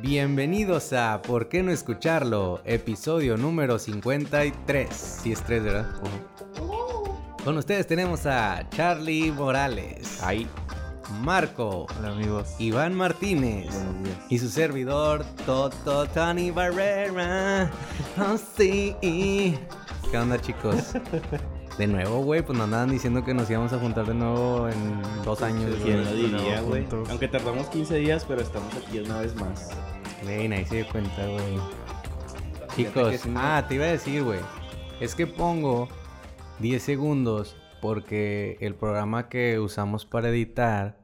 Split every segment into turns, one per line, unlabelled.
Bienvenidos a ¿Por qué no escucharlo? Episodio número 53. Si es 3, ¿verdad? Con ustedes tenemos a Charlie Morales,
Ahí,
Marco,
hola amigos.
Iván Martínez
Buenos días.
y su servidor Toto Tony Barrera. Oh, sí. ¿Qué onda, chicos? De nuevo, güey, pues nos andaban diciendo que nos íbamos a juntar de nuevo en dos años.
¿Quién
güey.
lo diría,
Luego
güey?
juntos.
Aunque tardamos 15 días, pero estamos aquí una vez más.
Güey, nadie se dio cuenta, güey.
que
Chicos,
sí, ¿no?
ah, te iba a decir, güey. Es que pongo 10 segundos porque el programa que usamos para editar,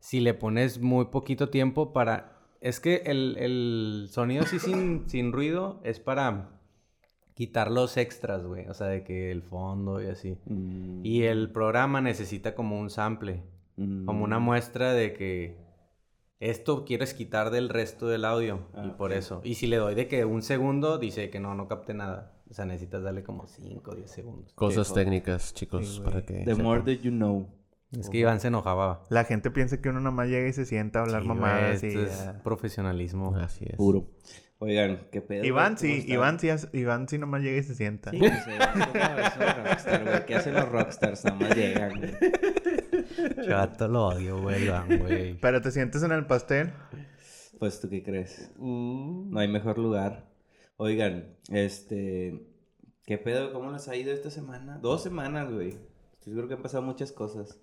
si le pones muy poquito tiempo para... Es que el, el sonido sí sin, sin ruido es para quitar los extras, güey. O sea, de que el fondo y así.
Mm,
Y el programa necesita como un sample
mm,
como una muestra de que esto quieres quitar del resto del audio
Ah,
y por
ok.
eso. Y si le doy de que un segundo, dice que no, no capte nada. O sea, necesitas darle como 5 o 10 segundos.
Cosas
Qué
técnicas, chicos,
Sí, güey.
para que...
The
sepan.
more that you know.
Es que Iván se enojaba.
La gente piensa que uno nomás llega y se sienta a hablar
Sí, güey,
mamadas y
esto es
ya.
profesionalismo.
Así es.
Puro. Oigan, qué pedo.
Iván
güey?
sí,
¿Cómo están?
Iván sí, hace- Iván sí nomás llega y se sienta.
Sí, pues, eh, ¿cómo es un rockstar, güey? ¿Qué hacen los rockstars? Nada más llegan, güey.
Chato, lo odio, güey, Iván, güey.
Pero te sientes en el pastel.
Pues, ¿tú qué crees? No hay mejor lugar. Oigan, este... ¿Qué pedo? ¿Cómo les ha ido esta semana? Dos semanas, güey. Estoy seguro que han pasado muchas cosas.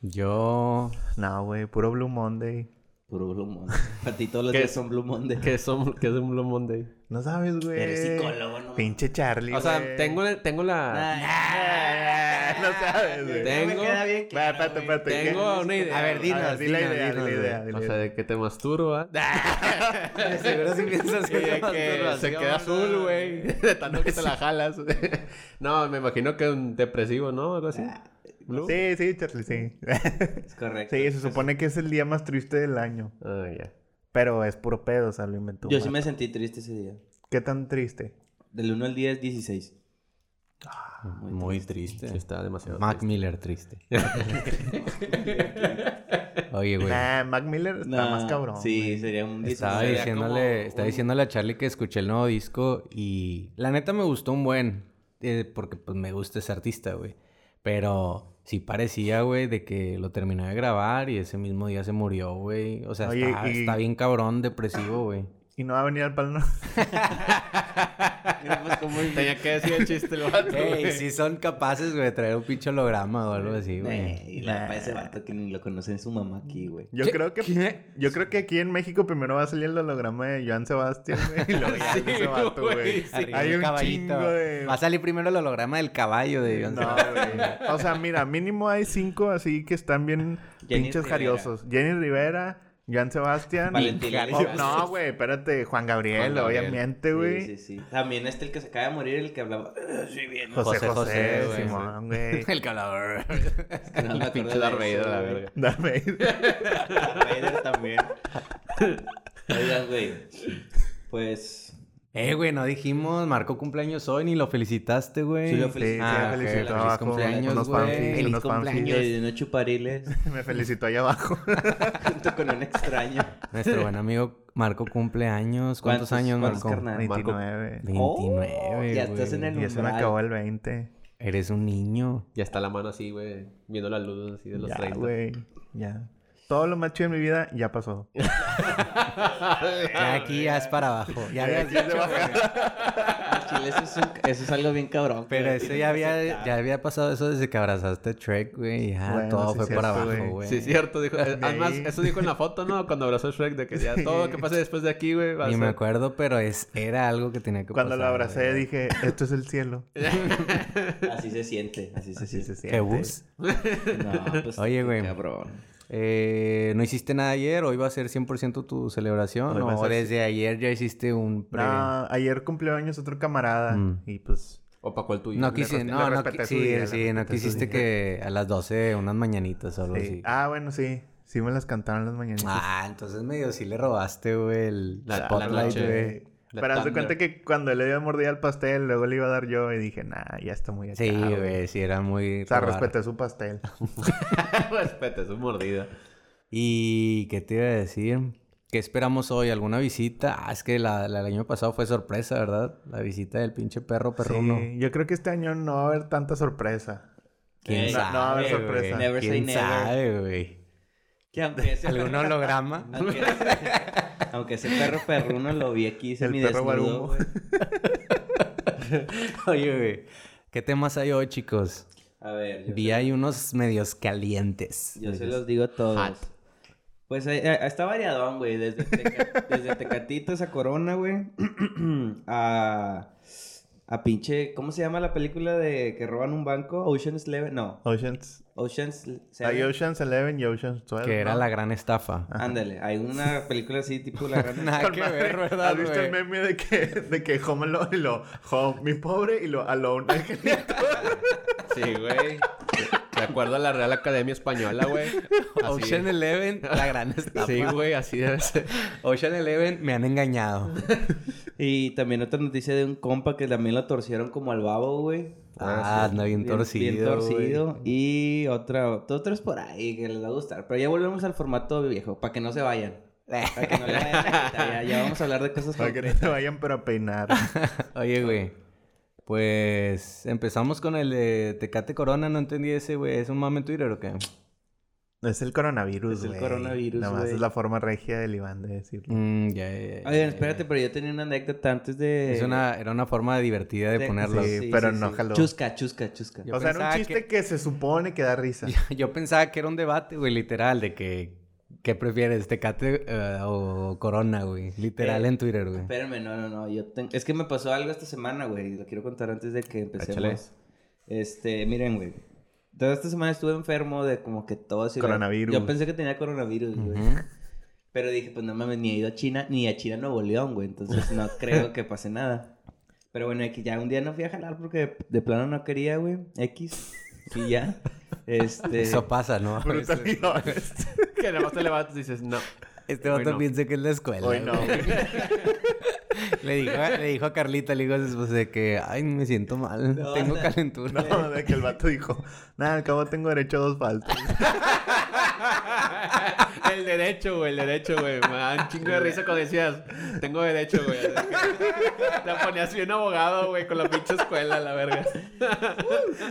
Yo...
No, güey, puro Blue Monday.
Puro Blue Monday. Para ti todos los
¿Qué?
días son Blue Monday.
¿Qué es, un, ¿Qué es un Blue Monday?
No sabes, güey.
Eres psicólogo, no
Pinche Charlie.
O sea,
güey.
tengo, el- tengo la...
Nah,
No sabes, güey.
Tengo-
No me queda bien
Va,
claro,
espérate,
güey.
espérate. ¿qué?
Tengo una idea.
A ver, dinos,
A ver,
di la
dinos,
idea, di la
dinos,
idea,
güey.
di la
O sea,
idea.
de que te ¿ah? masturba.
Seguro si piensas
Y de que se queda azul, güey. De tanto que te la jalas. no, me imagino que un depresivo, ¿no? Algo así. Blue.
Sí, sí, Charlie, sí.
Es correcto.
sí, se supone que es el día más triste del año.
Ah, ya.
Pero es puro pedo, o sea, lo inventó.
Yo
un
sí me
vato.
sentí triste ese día.
¿Qué tan triste?
Del 1 al 10, 16.
Muy
Sí,
triste.
está demasiado...
Mac Miller triste. Oye, güey.
Nah, Mac Miller está
Nah,
más cabrón.
Sí,
güey.
sería un
Estaba
16.
diciéndole,
Como
estaba
un-
diciéndole a Charlie que escuché el nuevo disco y la neta me gustó un buen, eh, porque pues me gusta ese artista, güey. Pero sí parecía, güey, de que lo terminó de grabar y ese mismo día se murió, güey. O sea,
Oye,
está,
y-
está bien cabrón, depresivo, güey.
Y no va a venir al palo. Norte.
Mira, pues, como el-
Tenía que decir el chiste, el vato,
Ey,
güey.
si son capaces, güey, de traer un pinche holograma o algo así,
Eh,
güey.
Y la pa' ese vato que ni lo conocen su mamá aquí, güey.
Yo
¿Qué?
creo que yo creo que aquí en México primero va a salir el holograma de Joan Sebastián, güey. Y luego ya
Sí,
ese vato,
güey,
güey.
sí.
Arriba
Hay
el
un chingo de.
Va a salir primero el holograma del caballo de Beyoncé.
No, güey. O sea, mira, mínimo hay cinco así que están bien
Jenny
pinches
Rivera.
jariosos. Jenny Rivera, Joan Sebastián.
Valentín
Oh,
Elizalde.
no, güey, espérate, Juan Gabriel,
Juan Gabriel.
obviamente, güey.
Sí, sí, sí. También este el que se acaba de morir, el que hablaba. "Ah, Sí, bien. ¿no?".
José José,
José José, güey,
Simón, güey.
El caballo.
No me acuerdo
Pinche
de
Darth
eso,
Vader, la
güey.
verga.
Darth Vader.
Darth Vader también. Oigan, güey. Pues.
Eh, güey, no dijimos, marcó cumpleaños hoy, ni lo felicitaste, güey.
Sí,
Sí,
lo
sí,
felicité.
Ah, ok,
me felicitó
feliz
abajo.
cumpleaños,
unos
güey.
fanfics,
Feliz
unos
Año
fanfics.
de no chupariles
Me felicitó ahí abajo.
junto con un extraño.
Nuestro buen amigo Marco cumpleaños. ¿Cuántos, años,
cuántos,
Marco?
carnal?
29.
29.
Oh, ya estás
güey.
en el-
Y se me
umbral.
acabó el 20.
Eres un niño.
Ya está la mano así, güey. Viendo la luz así de los
ya,
30.
güey. Ya. Todo lo más chido en mi vida ya pasó.
Ah,
Ya aquí ya es para abajo. Ya habías
Ya se
dicho,
baja.
Al chile, eso es, un- eso es algo bien cabrón.
pero
güey.
eso ya había, ya había pasado eso desde que abrazaste a Trek, güey. Ya
Bueno,
todo
sí
fue
es
para
cierto,
abajo,
güey.
güey.
Sí, cierto, dijo. eh, Además, eso dijo en la foto, ¿no? Cuando abrazó a Shrek, de que ya todo lo que pase después de aquí, güey, va a
Ni me
ser-
acuerdo, pero es, era algo que tenía que
Cuando
pasar.
lo abracé
güey.
dije, esto es el cielo.
Así se siente, así se
Así se
siente.
siente.
¿Qué bus?
No, pues,
Oye,
qué
güey.
Cabrón.
Eh, ¿No hiciste nada ayer? ¿Hoy va a ser 100% tu celebración?
Hoy va a
¿O
ser-
desde año. ayer ya hiciste un pre...
No, ayer cumplió años otro camarada
Mm.
y pues
O Paco el tuyo.
No
Le
quise,
respeté-
no,
le
no,
respeté
qui-
su
sí,
día, le
sí, no
respeté su
quisiste
día.
que a las 12 unas mañanitas solo
sí.
así. Ah,
Ah, bueno, sí. Sí me las cantaron las mañanitas.
entonces medio sí le robaste, güey, el
La- la
spotlight,
noche.
güey.
Eh,
La
Pero haz de
Thunder.
cuenta que cuando le dio mordida al pastel, luego le iba a dar yo y dije, nah, ya está muy acá,
Sí, güey, sí, era muy...
O sea,
robar.
respeté su pastel.
Respete su mordida.
Y, ¿qué te iba a decir? ¿Qué esperamos hoy? ¿Alguna visita? Ah, es que la, la del año pasado fue sorpresa, ¿verdad? La visita del pinche perro perruno.
Sí, yo creo que este año no va a haber tanta sorpresa.
¿Quién
Eh,
no,
sabe?
no va a haber
güey?
sorpresa.
Never say
¿Quién
never.
sabe, güey?
Que aunque ese,
¿Algún holograma?
aunque, ese, aunque ese perro perruno lo vi aquí, hice
El
mi
perro guarumo.
desnudo, güey.
Oye, güey. ¿Qué temas hay hoy, chicos?
A ver, yo,
Vi hay unos medios calientes.
yo se los digo todos. Pues eh, eh, está variadón, güey. Desde, Teca- desde Tecatitos a Corona, güey. a, a pinche... ¿Cómo se llama la película de que roban un banco? Ocean's Eleven. No.
Oceans.
Ocean's...
Hay
Seven.
Oceans 11 y Oceans 12.
Que era
¿no?
la gran estafa.
Ándale. Hay una película así tipo La Gran...
Nada que
Madre,
ver, ¿verdad,
¿Has visto el
güey?
meme de que, de que Home Alone y lo Home, mi pobre y lo Alone?
Sí, güey. De acuerdo a la Real Academia Española, güey. Así-
Ocean Eleven, la gran estafa.
Sí, güey, así debe ser.
Ocean Eleven, me han engañado.
Y también otra noticia de un compa que también lo torcieron como al babo, güey.
Ah, anda bien
Bien
torcido,
torcido. Y otra, otras por ahí que les va a gustar. Pero ya volvemos al formato viejo, para que no se vayan.
Eh,
Para que no le vayan a quitar, ya, ya vamos a hablar de cosas
Para que no
concretas.
te vayan pero a peinar.
Oye, güey. Pues empezamos con el de Tecate Corona, no entendí ese, güey. ¿Es un mame en Twitter o qué?
Es el coronavirus,
Es el
güey.
coronavirus,
Nada más
güey.
es la forma regia del Iván de decirlo.
Mm, ya, ya, ya,
Oigan,
ya,
espérate,
ya.
pero yo tenía una anécdota antes de...
Es una, era una forma divertida de
de-
ponerlo.
Sí. pero no jaló.
Chusca, chusca, chusca.
Yo
O sea, era
pensaba
un chiste que... se supone que da risa.
Yo pensaba que era un debate, güey, literal, de que... ¿Qué prefieres, Tecate eh, o Corona, güey? Literal
Eh,
en Twitter, güey.
Espérame, no, no, no. Yo ten- Es que me pasó algo esta semana, güey. Lo quiero contar antes de que empecemos.
Échale.
Este, miren, güey. Toda esta semana estuve enfermo de como que todo así, güey.
Coronavirus.
Yo pensé que tenía coronavirus, güey.
Ujú.
Pero dije, pues no mames, ni he ido a China, ni a China Nuevo León, güey. Entonces no creo que pase nada. Pero bueno, X, ya un día no fui a jalar porque de plano no quería, güey. X. Y ya. Este.
Eso pasa, ¿no?
Brutalidades.
Que nada más te levantas y dices, no.
Este
Hoy
vato
no.
piensa que es la escuela.
Hoy no,
güey.
güey.
Le dijo, a- le dijo a Carlita, le dijo después de que, ay, me siento mal,
No,
tengo
no.
calentura.
No, de que el vato dijo, nada, al cabo tengo derecho a dos faltas.
El derecho, güey, el derecho, güey. Me da un chingo de risa cuando decías, tengo derecho, güey. La ponías bien abogado, güey, con la pinche escuela, la verga.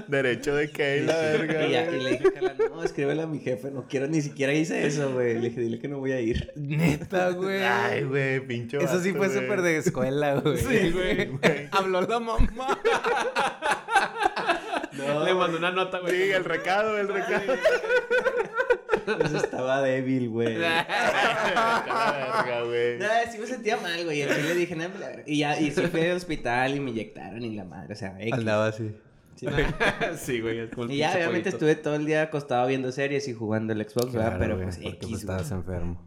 Derecho de que la verga.
Y, ya, y
güey.
le dije, a Carla, no, escríbele a mi jefe, no quiero ni siquiera hice eso, güey. Le dije, dile que no voy a ir.
Neta, güey.
Ay, güey, pinche
Eso sí
vato,
fue
güey.
súper de escuela, güey.
Sí, güey.
Habló la mamá.
No,
Le mandó una nota, güey.
Sí, el recado, el recado.
pues estaba débil, güey.
la verga, güey.
Nah, sí me sentía mal, güey. Y así le dije, "Nah, me la verga". Y ya, y sí fui al hospital y me inyectaron y la madre, o sea, X.
Andaba así.
Sí, no.
Sí, güey. es como el
Y ya,
pinche pollito.
obviamente estuve todo el día acostado viendo series y jugando el Xbox, ¿verdad? Pero pues
porque
X,
pues,
güey.
estabas enfermo.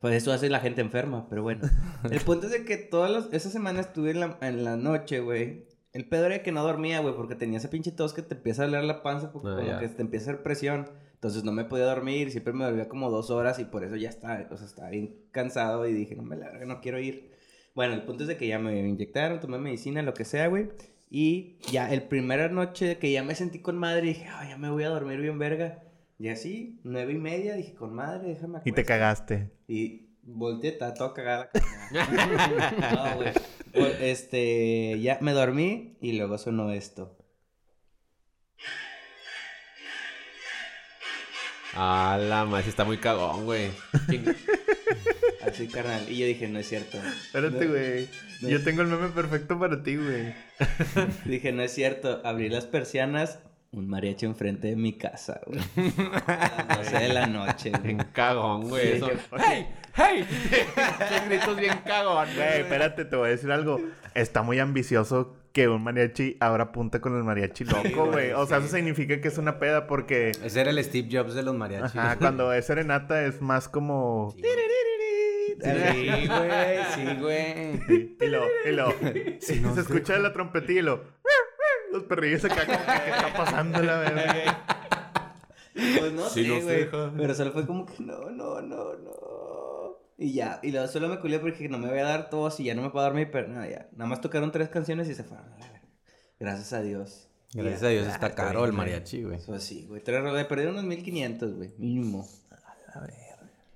Pues eso hace la gente enferma, pero bueno. El punto es de que todas las... Esa semana estuve en la, en la noche, güey. El pedo era que no dormía, güey, porque tenía esa pinche tos que te empieza a doler la panza porque
Ah,
como
ya.
que te empieza a hacer presión. Entonces no me podía dormir, siempre me dormía como dos horas y por eso ya estaba, o sea, estaba bien cansado y dije, no me la verga, no quiero ir. Bueno, el punto es de que ya me inyectaron, tomé medicina, lo que sea, güey. Y ya el primera noche que ya me sentí con madre, dije, ah, ya me voy a dormir bien verga. Y así, nueve y media, dije, con madre, déjame
Y te
acuesto".
cagaste.
Y volteé, estaba todo cagada. no, güey. Vol- Este, ya me dormí y luego sonó esto.
Ah, la madre, sí está muy cagón, güey. Ching-
Así, carnal. Y yo dije, no es cierto.
Espérate,
No-
güey.
no.
Yo tengo el meme perfecto para ti, güey.
Dije, no es cierto. Abrí las persianas, un mariachi enfrente de mi casa, güey. A las 12 de la noche, güey.
Bien cagón, güey.
Sí,
eso.
yo-
¡Hey! ¡Hey! Esos gritos bien cagón,
Güey,
güey.
espérate, te voy a decir algo. Está muy ambicioso que un mariachi ahora apunta con el mariachi loco, güey. O sea, eso significa que es una peda porque...
Ese era el Steve Jobs de los mariachis.
Ajá, cuando es serenata es más como...
Sí, güey, sí, güey.
Sí, Y lo, y lo. y se escucha la trompetilla y lo. Los perrillos acá como que, ¿qué está pasando la verga?
Pues no
Sí,
sé,
no sé,
güey.
ja.
Pero solo fue como que no, no, no, no. Y ya, y luego solo me culé porque dije, no me voy a dar tos y ya no me puedo dormir, pero nada, ya. Nada más tocaron tres canciones y se fueron. a la verga. Gracias a Dios.
Gracias
Ya.
a Dios
Ah,
está
estoy
caro el
bien,
mariachi, güey.
Eso sí, güey. Tres rolas, perdí unos 1500, güey, mínimo.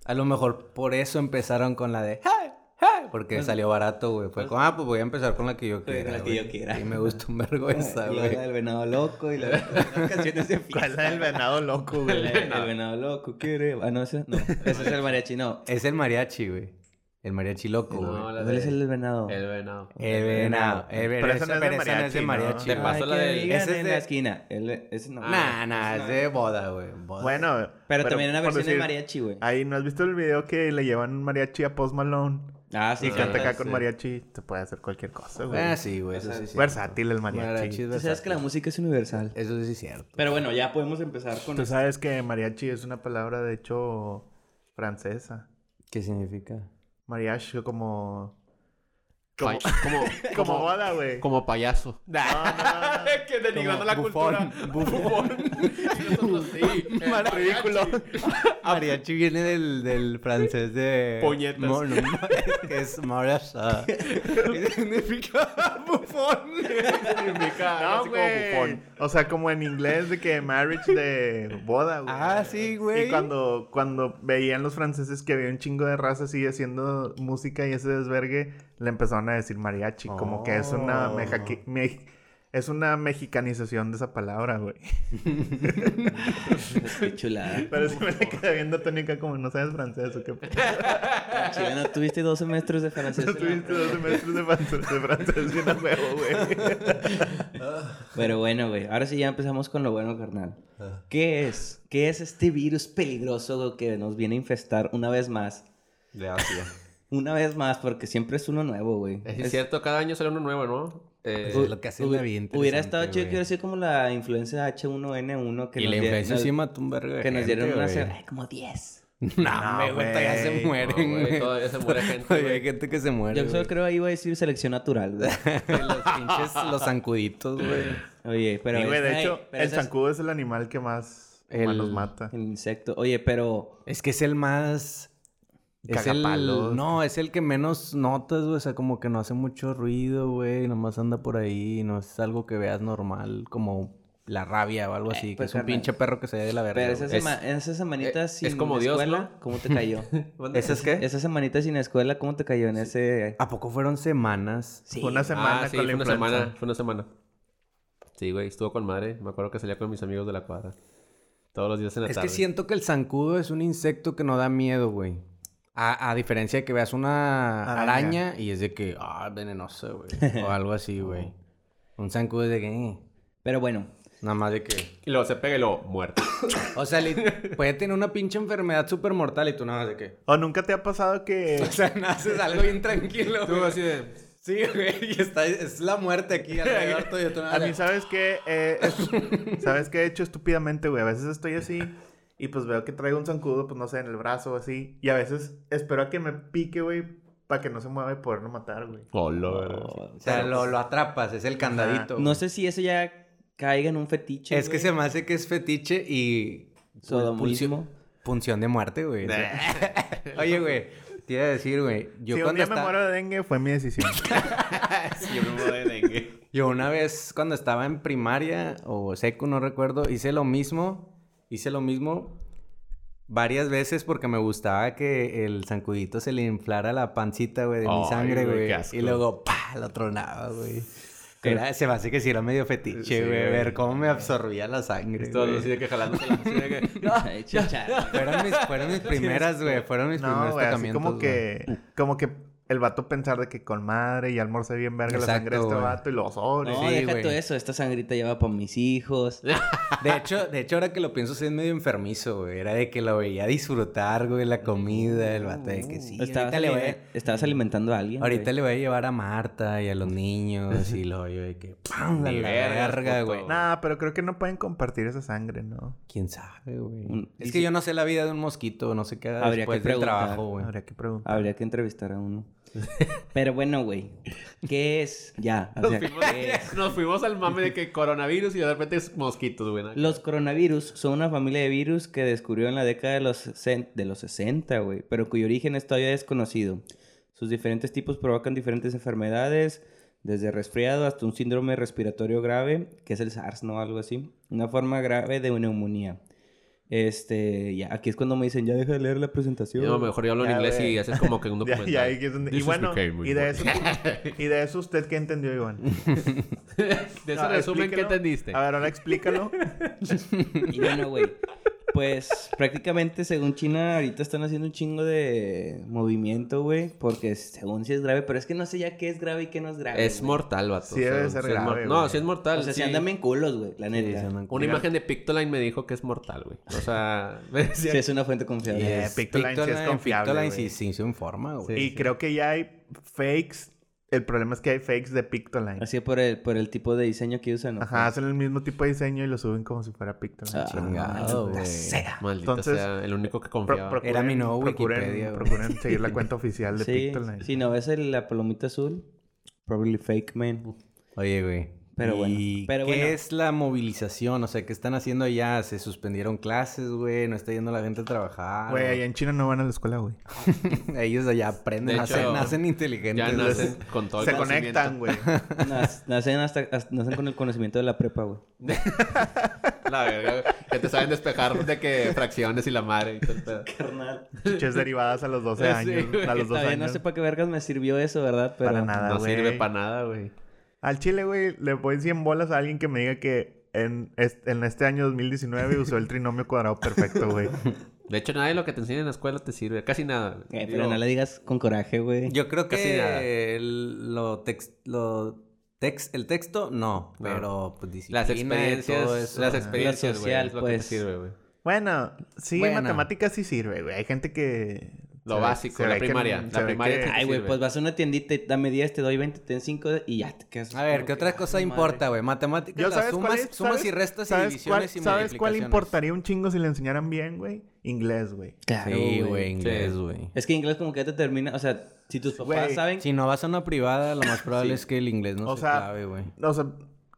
A lo mejor por eso empezaron con la de... "Ja, ja", Porque salió barato, güey. Fue como, ah, pues voy a empezar con la que yo
Con la
quiera.
que yo
güey".
quiera.
Y me gustó un vergo esa,
Y luego
güey.
la del venado loco y la las canciones de fiesta.
¿Cuál es la del venado loco,
El,
güey?
el venado loco quiere. Ah, no, ese no. Ese es el mariachi, no.
Es el mariachi, güey. El mariachi loco, güey.
No, la
¿Cuál es el
de...
del venado?
El venado.
El venado. El
Pero esa no es de mariachi, ¿no?
mariachi.
Te
güey.
paso la
que
del-
digan
ese es
en
de-
la esquina. Ah, El- ese no.
Nah, nah,
Ese
es
no.
de boda, güey. boda.
Bueno.
Pero, también una
por
versión
decir,
de mariachi, güey.
Ahí, ¿no has visto el video que le llevan un mariachi a Post Malone?
Ah, sí,
Y
claro.
canta acá con
sí.
mariachi. Te puede hacer cualquier cosa, güey.
Ah, sí, güey. Eso sí. es
Versátil el
cierto. Mariachi
mariachi.
es
Tú sabes que la
versátil.
música es universal.
Eso sí es cierto.
Pero bueno, ya podemos empezar con.
Tú sabes que mariachi es una palabra, de hecho, francesa.
¿Qué significa?
Mariachi como...
Pa- Como,
Como boda, güey.
como payaso.
No, no,
que
Como bufón,
Bufón. Y nosotros sí. el
no. Ridículo.
Ah, Mariachi viene del, del francés de...
Puñetas.
Mono, que es marasha. ¿Qué significa bufón?
significa algo así como
No, güey.
bufón.
O sea, como en inglés de que marriage de boda, güey.
Ah, sí, güey.
Y cuando, cuando veían los franceses que había un chingo de raza así haciendo música y ese desvergue, le empezaron a decir mariachi. Como que es una
Oh.
mejaque- me- es una mexicanización de esa palabra, güey.
Qué chulada.
Pero si me la quedé viendo tónica como no sabes francés o qué p-
Chile, no tuviste dos semestres de francés.
No tuviste dos semestres de francés, de francés bien a huevo, güey.
Pero bueno, güey. Ahora sí ya empezamos con lo bueno, carnal.
Ah.
¿Qué es? ¿Qué es este virus peligroso que nos viene a infestar una vez más?
De Asia.
Una vez más, porque siempre es uno nuevo, güey.
Es, cierto, cada año sale uno nuevo, ¿no? Eh,
Eso es lo que hace la vida
Hubiera estado
interesante,
chido
güey.
que hubiera sido como la influencia H1N1 que
y
nos
la
diera-
influencia
nos-
sí mató un vergo de
que nos
gente,
dieron una
güey.
semana, como 10.
No, me güey, todavía se
güey.
no,
mueren,
güey,
güey.
Todavía se muere gente,
Oye, hay
güey.
gente que se muere,
Yo solo
güey.
creo ahí iba a decir selección natural, güey.
Los pinches, los zancuditos, güey.
Oye, pero...
Y, güey, de
esta-
hecho,
pero
el
esa es
zancudo es el animal que más
El-
humanos mata.
El insecto. Oye, pero...
Es que es el más... Es el...
Cagapalos.
No, es el que menos notas, güey. O sea, como que no hace mucho ruido, güey. Nomás anda por ahí. No es algo que veas normal. Como la rabia o algo así.
pues,
que es un
carnal.
pinche perro que se ve de la verga.
Pero
güey.
esa,
es... eh,
sema- esa semanita
es-
sin
es como Dios,
escuela,
¿no?
¿cómo te cayó?
¿Esas qué?
Esa semanita sin escuela, ¿cómo te cayó en ese...?
¿A poco fueron semanas?
Sí.
Fue una semana
ah, sí, fue
con la
una
influenza.
semana, fue una semana. Sí, güey, estuvo con madre. Me acuerdo que salía con mis amigos de la cuadra. Todos los días en la
Es
tarde.
que siento que el zancudo es un insecto que no da miedo, güey. A, a diferencia de que veas una
Araña.
araña, y es de que, ah, venenosa, güey. O algo así, güey. Un zancudo es de que, eh,
Pero bueno,
nada más de que.
Y luego se pega y luego muerto.
O sea, li- puede tener una pinche enfermedad súper mortal y tú nada más de que.
¿O nunca te ha pasado que...
O sea, naces algo bien tranquilo,
Tú
güey.
así de...
Sí, güey. Y está, es la muerte aquí alrededor tuyo. Tú nada
A
más de-
mí, ¿sabes qué? Eh, estu- ¿Sabes qué he hecho estúpidamente, güey? A veces estoy así y pues veo que traigo un zancudo, pues no sé, en el brazo o así. Y a veces espero a que me pique, güey, para que no se mueva y poderlo matar, güey.
Hola,
Oh.
O sea, lo, lo atrapas, es el candadito. güey.
no sé si eso ya caiga en un fetiche,
Es que
güey.
se me hace que es fetiche y.
Sodomismo.
pulsión- Punción de muerte, güey. O sea, Oye, güey. Te iba a decir, güey. Yo
si un
cuando
día me
esta-
muero de dengue, fue mi decisión.
Yo una vez cuando estaba en primaria o seco, no recuerdo, hice lo mismo. Hice lo mismo varias veces porque me gustaba que el zancudito se le inflara la pancita, güey, de mi
Ay,
sangre,
güey,
güey.
qué asco.
Y luego, pa, lo tronaba, güey. Era- se me hace que sí era medio fetiche, güey. Ver cómo me absorbía la sangre.
Todos
güey.
así de que jalándose la- así de que...
Ay, chichar.
Fueron mis, fueron mis primeras, güey. Fueron mis
No,
primeros
güey, así
tocamientos.
como
güey.
que... Como que el vato pensar de que con madre y almorcé bien verga la
Exacto,
sangre de este
güey.
vato y los sobres.
No,
Pues Sí,
deja
güey.
todo eso. Esta sangrita ya va para mis hijos.
De hecho, de hecho, ahora que lo pienso, sí es medio enfermizo, güey. Era de que lo veía disfrutar, güey, la comida, el vato de que sí.
Estabas,
Ahorita, le voy,
alime-
a-
estabas alimentando a alguien.
ahorita
güey.
le voy a llevar a Marta y a los niños y lo yo de que ¡pam! La,
Ni
la
vergas,
verga,
puto.
güey.
Nah, pero creo que no pueden compartir esa sangre, ¿no?
¿Quién sabe, güey?
Un-
Es que yo no sé la vida de un mosquito, no sé qué haga
Habría
después
que
del
preguntar.
trabajo, güey.
Habría que preguntar.
Habría que entrevistar a uno. Pero bueno, güey. ¿Qué es? Ya. o sea,
Nos fuimos,
¿qué es?
nos fuimos al mame de que coronavirus y de repente es mosquitos, güey. ¿no?
Los coronavirus son una familia de virus que descubrió en la década de los, sesen- de los 60, güey, pero cuyo origen es todavía desconocido. Sus diferentes tipos provocan diferentes enfermedades, desde resfriado hasta un síndrome respiratorio grave, que es el SARS, ¿no? Algo así. Una forma grave de neumonía. Este, ya, aquí es cuando me dicen, ya deja de leer la presentación.
Yo, mejor yo hablo en
Ya,
inglés
güey.
y haces como que un
Ya-
documental.
ya ahí es donde-
This
y
is
bueno,
became
y de, eso,
important.
y de eso usted qué entendió, Iván.
De ese
No,
resumen, ¿qué
explíquelo.
entendiste?
A ver, ahora explícalo.
Y bueno, güey. Pues prácticamente según China ahorita están haciendo un chingo de movimiento, güey. Porque según si es grave, pero es que no sé ya qué es grave y qué no es grave.
Es
güey.
mortal, vato.
Sí debe ser
es
grave,
mor-
güey.
No, sí es mortal.
O sea,
sí.
si andan bien culos, güey, la
Sí,
neta.
se andan con-
Una imagen de Pictoline me dijo que es mortal, güey. O sea, me
Sí,
decía-
es una fuente confiable.
Yeah.
Es-
Pictoline sí es confiable,
Pictoline
güey.
sí, sí se informa, güey.
y creo que ya hay fakes. El problema es que hay fakes de Pictoline.
Así por el, por el tipo de diseño que usan. ¿no?
Ajá, hacen el mismo tipo de diseño y lo suben como si fuera Pictoline.
Ah,
Chingado,
maldita
güey.
sea.
maldita
Entonces,
sea, el único que
Pro-
confiaba.
procuren-
Era mi nuevo
procuren-
Wikipedia, güey.
Procuren seguir la cuenta oficial de
Sí,
Pictoline.
si no ves el- la palomita azul, probably fake, man.
Oye, güey.
Pero bueno,
¿Y
pero
¿Qué
bueno.
es la movilización? O sea, ¿qué están haciendo allá? ¿Se suspendieron clases, güey? ¿No está yendo la gente a trabajar?
Güey, allá en China no van a la escuela, güey.
Ellos allá aprenden,
De
nacen,
hecho,
nacen
ya
inteligentes. güey.
nacen con todo el
Se
conocimiento.
conectan, güey.
Nac- Nacen, hasta, hasta- nacen con el conocimiento de la prepa, güey.
La verga, güey. que te saben despejar de que fracciones y la madre y todo el pedo.
Carnal.
Chiches derivadas a los 12
Sí,
años.
güey,
a los 12
Todavía
años.
no sé para qué vergas me sirvió eso, ¿verdad? Pero...
Para nada,
No
Ah, güey.
sirve para nada, güey.
Al chile, güey, le voy 100 bolas a alguien que me diga que en este, en este año 2019 usó el trinomio cuadrado perfecto, güey.
De hecho, nada de lo que te enseñan en la escuela te sirve. Casi nada. güey.
Eh, pero
Digo,
no le digas con coraje, güey.
Yo creo
Casi nada.
que el, lo tex- lo tex- el texto no, pero pues disciplina
Las
y todo
experiencias,
eso.
las
ajá.
experiencias,
Lo
güey,
social,
es lo que
pues.
te sirve, güey.
Bueno, sí,
Bueno.
matemáticas sí sirve, güey. Hay gente que...
Lo
se ve-
básico,
se
la
ve que-
primaria,
se
la
ve
primaria
que-
que-
Ay, güey,
sirve.
pues vas a una tiendita y dame 10, te doy 20, te den 5 y ya te quedas.
A ver, ¿qué otra cosa importa, güey? Matemáticas,
Yo,
las
¿sabes
sumas,
cuál es?
sumas y
¿Sabes-
restas y
sabes
divisiones
cuál-
y
¿Sabes cuál
multiplicaciones.
importaría un chingo si le enseñaran bien, güey? Inglés, güey.
Claro,
Sí, güey, inglés,
Sí.
güey.
Es que inglés como que ya te termina, o sea, si tus papás
Güey,
saben...
Si no vas a una privada, lo más probable es que el inglés no
O
se
sea,
clave, güey.
O sea,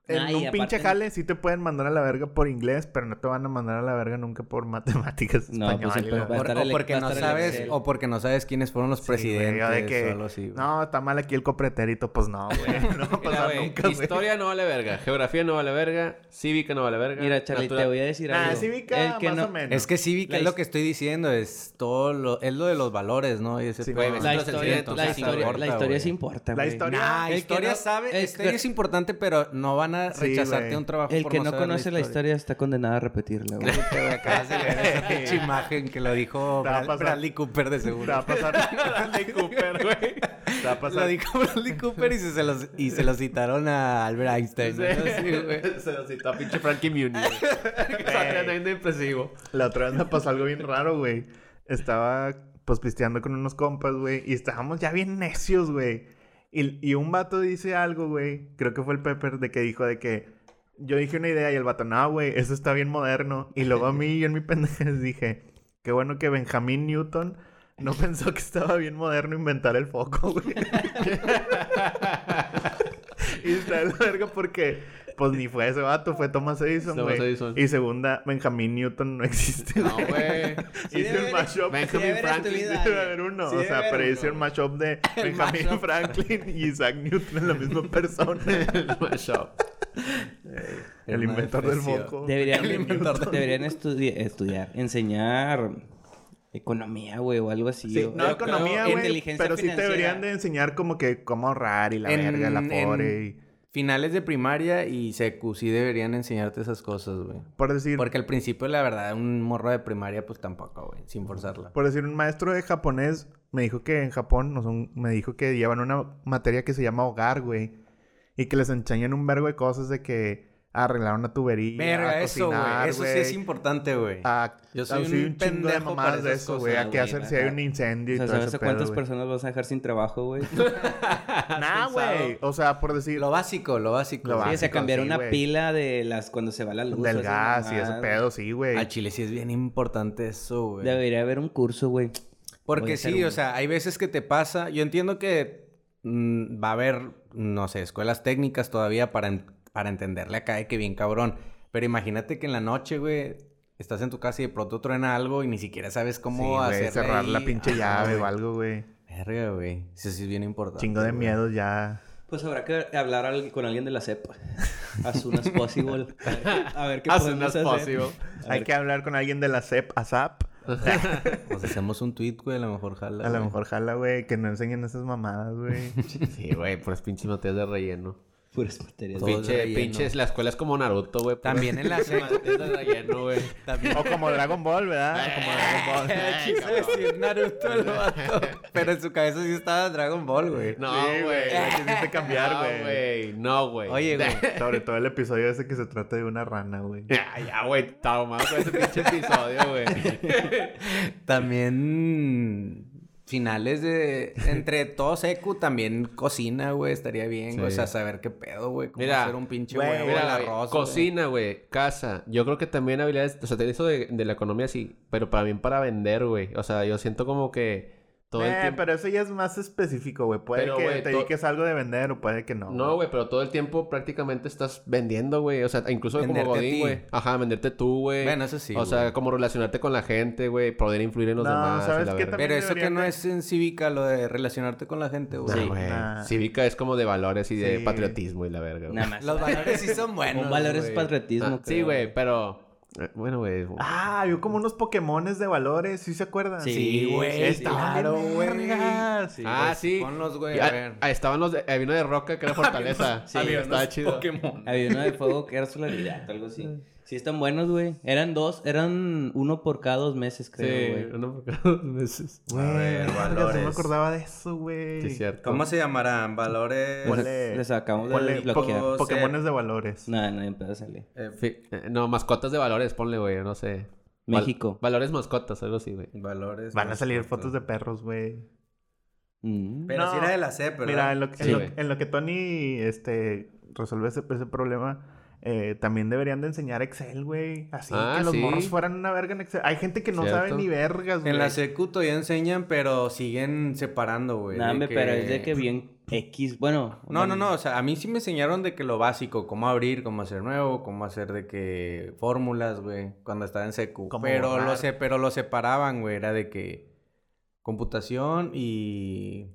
en
Ay,
un
aparte-
pinche jale sí te pueden mandar a la verga por inglés, pero no te van a mandar a la verga nunca por matemáticas
No,
español.
pues sí,
y
pero
la-
va a
Por-
estar
o
el- va
porque
a
no
estar el
sabes,
Excel.
o porque no sabes quiénes fueron los
Sí, güey,
presidentes
yo de que,
o algo así, güey.
No, está mal aquí el copretérito. Pues no, güey. No va a
Mira,
pasar
güey,
nunca, güey.
historia no vale verga, geografía no vale verga, cívica no vale verga.
Mira, Charlie,
natura-
te voy a decir
Nah,
algo.
cívica,
El que
más
no-
o menos.
Es que cívica
La
es lo
his-
que estoy diciendo, es todo lo, es lo de los valores, ¿no? Y ese
Sí,
pedo.
güey,
no,
ves
La
los
historia,
enseñan,
la
entonces,
historia,
aborta,
la historia
güey.
sí importa,
La
güey.
historia.
Nah,
El que
historia
no-
sabe,
el-
historia es importante, pero no van a
Sí,
rechazarte
güey.
un trabajo
El
por
que no
saber
conoce la historia está condenado a repetirla, güey.
Acabas de leer esa pinche imagen que lo dijo
Te va a
Bra-
pasar.
Bradley Cooper de
Te
seguro.
va a pasar. Bradley Cooper, güey. Te va a
Lo
pasar.
dijo Bradley Cooper y se, se los, y se los citaron a Albert Einstein. ¿no? Sí, güey.
Se lo citó a pinche Frankie Muni. güey. Está teniendo impresivo.
Eh. La otra vez me pasó algo bien raro, güey. Estaba pues pisteando con unos compas, güey. Y estábamos ya bien necios, güey. Y, y un vato dice algo, güey. Creo que fue el Pepper de que dijo de que yo dije una idea y el vato, no, güey, eso está bien moderno. Y luego a mí, yo en mi pendejez dije, qué bueno que Benjamin Newton no pensó que estaba bien moderno inventar el foco, güey. y está de la verga porque, pues ni fue ese vato, fue Thomas Edison,
Thomas
güey.
Edison.
Y segunda, Benjamin Newton no existe,
No,
güey.
güey.
Sí
Hice
debe
el
haber-
mashup.
Benjamin
Sí debe haber
Franklin,
estudiado,
sí
debe haber uno.
Sí
o
debe
sea,
haber
pero
uno,
hice el
güey.
mashup de Benjamin Franklin y Isaac Newton en la misma persona. Eh,
El mashup.
el
Una
inventor del
depresión.
foco.
Deberían, deberían estudi- estudiar, enseñar economía, güey, o algo así.
Sí,
o-
no
yo creo-
economía, güey,
inteligencia
pero sí te
financiera.
deberían de enseñar como que cómo ahorrar y la
En-
verga, la
en-
pobre y...
Finales de primaria y secu sí deberían enseñarte esas cosas, güey.
Por decir,
Porque al principio, la verdad, un morro de primaria, pues tampoco, güey, sin forzarla.
por decir, un maestro de japonés me dijo que en Japón no son- me dijo que llevan una materia que se llama hogar, güey. Y que les enseñan un vergo de cosas de que arreglar una tubería,
Verga,
a
eso, güey.
cocinar, Ah,
Eso sí es importante, güey.
a,
Yo soy
a-
un
sí,
pendejo
de
para
mamadas de
esas
eso, güey.
cosas,
A qué
güey,
hacer si hay
ajá.
un incendio
O
y
sea,
todo
¿sabes
ese
a
pedo,
cuántas
güey.
personas vas a dejar sin trabajo, güey?
Nah, güey. O sea, por decir...
Lo básico, lo básico.
Lo
güey.
Sí, o sea,
básico,
cambiar
sí,
una
güey.
pila de las cuando se va la luz. o
Del
esas
gas y ese
mamadas.
pedo, sí, güey.
Al chile sí es bien importante eso, güey.
Debería haber un curso, güey. Voy
Porque
a hacer
sí, o
uno.
sea, hay veces que te pasa. Yo entiendo que mm, va a haber, no sé, escuelas técnicas todavía para, en- para entenderle acá de que bien cabrón. Pero imagínate que en la noche, güey, estás en tu casa y de pronto truena algo y ni siquiera sabes
Sí,
cómo
güey,
hacerle
cerrar la
ahí.
pinche
Ajá,
llave o
güey.
algo, güey.
Verga, güey. Eso sí es bien importante.
Chingo de
güey.
miedos ya.
Pues habrá que hablar al- con alguien de la CEP. As soon as possible. A ver qué
As soon
podemos
as
hacer.
possible.
A
Hay
ver,
que hablar con alguien de la CEP, ASAP.
Nos hacemos un tweet, güey, a lo mejor jala.
A lo
güey.
mejor jala, güey, que no enseñen esas mamadas, güey.
Sí, güey, puras pinches materias de relleno.
puras materias.
Todo. es
Pinche,
relleno.
pinches, la escuela es como Naruto, güey. puras
También en la
pinches
SEP.
materias de relleno, güey.
También.
O como Dragon Ball, ¿verdad? Como Dragon Ball.
Quiso decir Naruto el vato, Pero en su cabeza sí estaba Dragon Ball, güey.
No,
Sí,
güey.
güey, Quisiste cambiar,
No,
güey.
güey. No, güey.
Oye, güey.
Sobre todo el episodio ese que se trata de una rana, güey.
Ya, ya, güey. Traumado con ese pinche episodio, güey.
También finales de. Entre todo secu, también cocina, güey. Estaría bien, güey. O
Sí.
sea, saber qué pedo, güey. Cómo
Mira,
hacer un pinche
güey,
huevo
Mira,
al
güey,
arroz. güey.
cocina, güey. Casa. Yo creo que también habilidades... O sea, te- eso de, de la economía sí. Pero también para vender, güey. O sea, yo siento como que... Todo el
eh,
tiempo...
pero eso ya es más específico, güey. Puede
Pero,
que
güey,
te
to-
dediques a algo de vender o puede que no.
No, güey, pero todo el tiempo prácticamente estás vendiendo, güey. O sea, incluso
Venderte a
como
ti.
Godín, güey. Ajá, venderte tú, güey.
Bueno, eso sí,
O sea,
güey.
como relacionarte con la gente, güey. Poder influir en los
No,
demás. y
¿sabes
la
qué
verga.
también?
Pero eso que
deberían
no
de-
es en cívica, lo de relacionarte con la gente,
Nah,
güey.
güey.
nah.
Cívica es como de valores y de
Sí.
patriotismo y la verga, güey.
Nada más.
Los valores sí son buenos.
Un valor es
güey.
patriotismo.
Ah, sí,
creo.
güey, pero... eh, Bueno, güey.
Ah, vio como unos Pokémones de valores, ¿sí se acuerdan?
Sí,
Sí,
sí,
güey.
sí.
Claro, güey.
Sí.
ah,
pues,
sí.
ponlos, güey,
Y,
a
ah,
ver.
ah, estaban los de... eh, vino de Roca, que era Fortaleza.
Sí,
sí, estaba chido.
Pokémon.
Había uno de fuego que era solaridad, algo así. Sí, están buenos, güey. Eran dos, eran uno por cada dos meses, creo,
Sí,
güey.
uno por cada dos meses.
Güey, verga, No
valores.
me acordaba de eso, güey.
Sí, es cierto.
¿Cómo se llamarán? Valores.
Pues,
Ponle-
Les acabamos Pues, de
ponle
desbloquear.
poco-
po- Pokémones de valores.
No, no, empezó a salir.
eh,
Fi- eh, No, mascotas de valores, ponle, güey, no sé. Val-
México.
valores mascotas, algo así, güey.
valores.
Van a
no
salir
sé,
fotos de
pero-
perros, güey.
Mm.
Pero
No.
sí era de la C, pero.
Mira, en lo, que- en
Sí,
lo-
güey.
en lo que Tony este, resuelve ese, ese problema, eh, también deberían de enseñar Excel, güey. Así
Ah,
que los
sí.
morros fueran una verga en Excel. Hay gente que no sabe
Cierto.
ni vergas, güey.
En la secu todavía enseñan, pero siguen separando, güey.
No,
de
hombre, pero es de que bien X, bueno.
No, no, no. O sea, a mí sí me enseñaron de que lo básico, cómo abrir, cómo hacer nuevo, cómo hacer de que fórmulas, güey, cuando estaba en secu.
Cómo
Pero lo,
borrar.
sé, pero lo separaban, güey. Era de que computación y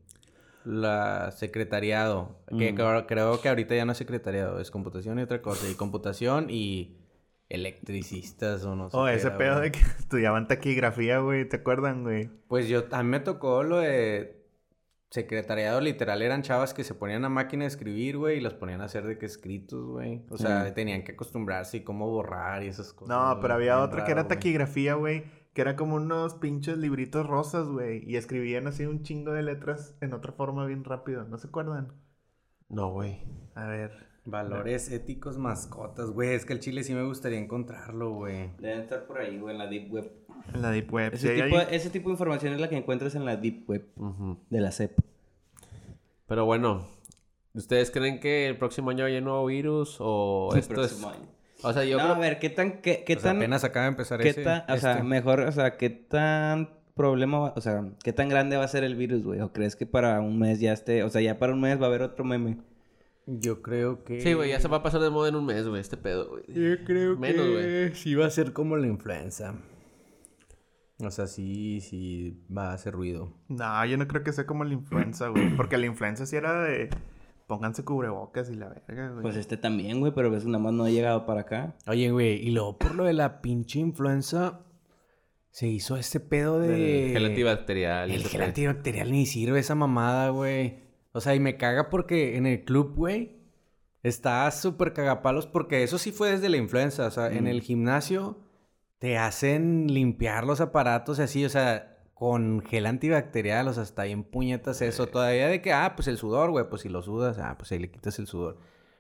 la secretariado. Que
Mm.
creo, creo que ahorita ya no es secretariado, es computación y otra cosa. Y computación y electricistas o no sé.
O
qué
Oh, ese
era,
pedo
güey.
de que estudiaban taquigrafía, güey. ¿Te acuerdan, güey?
Pues yo, a mí me tocó lo de secretariado literal, eran chavas que se ponían a máquina de escribir, güey, y las ponían a hacer de que escritos, güey. O sea,
Ujú.
tenían que acostumbrarse y cómo borrar y esas
Pues
cosas.
No, pero había otra que era
taquilla.
taquigrafía, güey. Que era como unos pinches libritos rosas, güey. Y escribían así un chingo de letras en otra forma bien rápido. ¿No se acuerdan?
No, güey.
A ver.
Valores éticos mascotas, güey. Es que el chile sí me gustaría encontrarlo, güey.
Deben estar por ahí, güey, en la Deep Web.
En la Deep Web.
Ese,
Sí,
tipo,
ahí-
ese tipo de información es la que encuentras en la Deep Web
Ujú.
de la E CEP.
Pero bueno, ¿ustedes creen que el próximo año hay un nuevo virus o
El
esto es...?
próximo año.
O sea, yo
No, a
creo...
ver, ¿qué tan, qué, qué
O sea,
tan,
Pues apenas acaba de empezar
qué
ese.
tan, o sea,
este.
mejor, o sea, qué tan problema, va- o sea, qué tan grande va a ser el virus, güey? ¿O crees que para un mes ya esté, o sea, ya para un mes va a haber otro meme?
Yo creo que.
Sí, güey, ya se va a pasar de moda en un mes, güey, este pedo, güey.
Yo creo
Menos,
que
güey.
sí va a ser como la influenza. O sea, sí, sí va a hacer ruido.
No, yo no creo que sea como la influenza, güey. Porque la influenza sí era de... Pónganse cubrebocas y la verga, güey.
Pues este también, güey, pero ves, nada más no ha llegado para acá.
Oye, güey, y luego por lo de la pinche influenza, se hizo este pedo de.
El gel antibacterial.
El
ese
gel
pedo.
antibacterial ni sirve esa mamada, güey. O sea, y me caga porque en el club, güey, está súper cagapalos porque eso sí fue desde la influenza. O sea,
Mm.
en el gimnasio te hacen limpiar los aparatos y así, o sea, con gel antibacterial, o sea, está bien puñetas eso. Todavía de que, ah, pues el sudor, güey, pues si lo sudas, ah, pues ahí le quitas el sudor.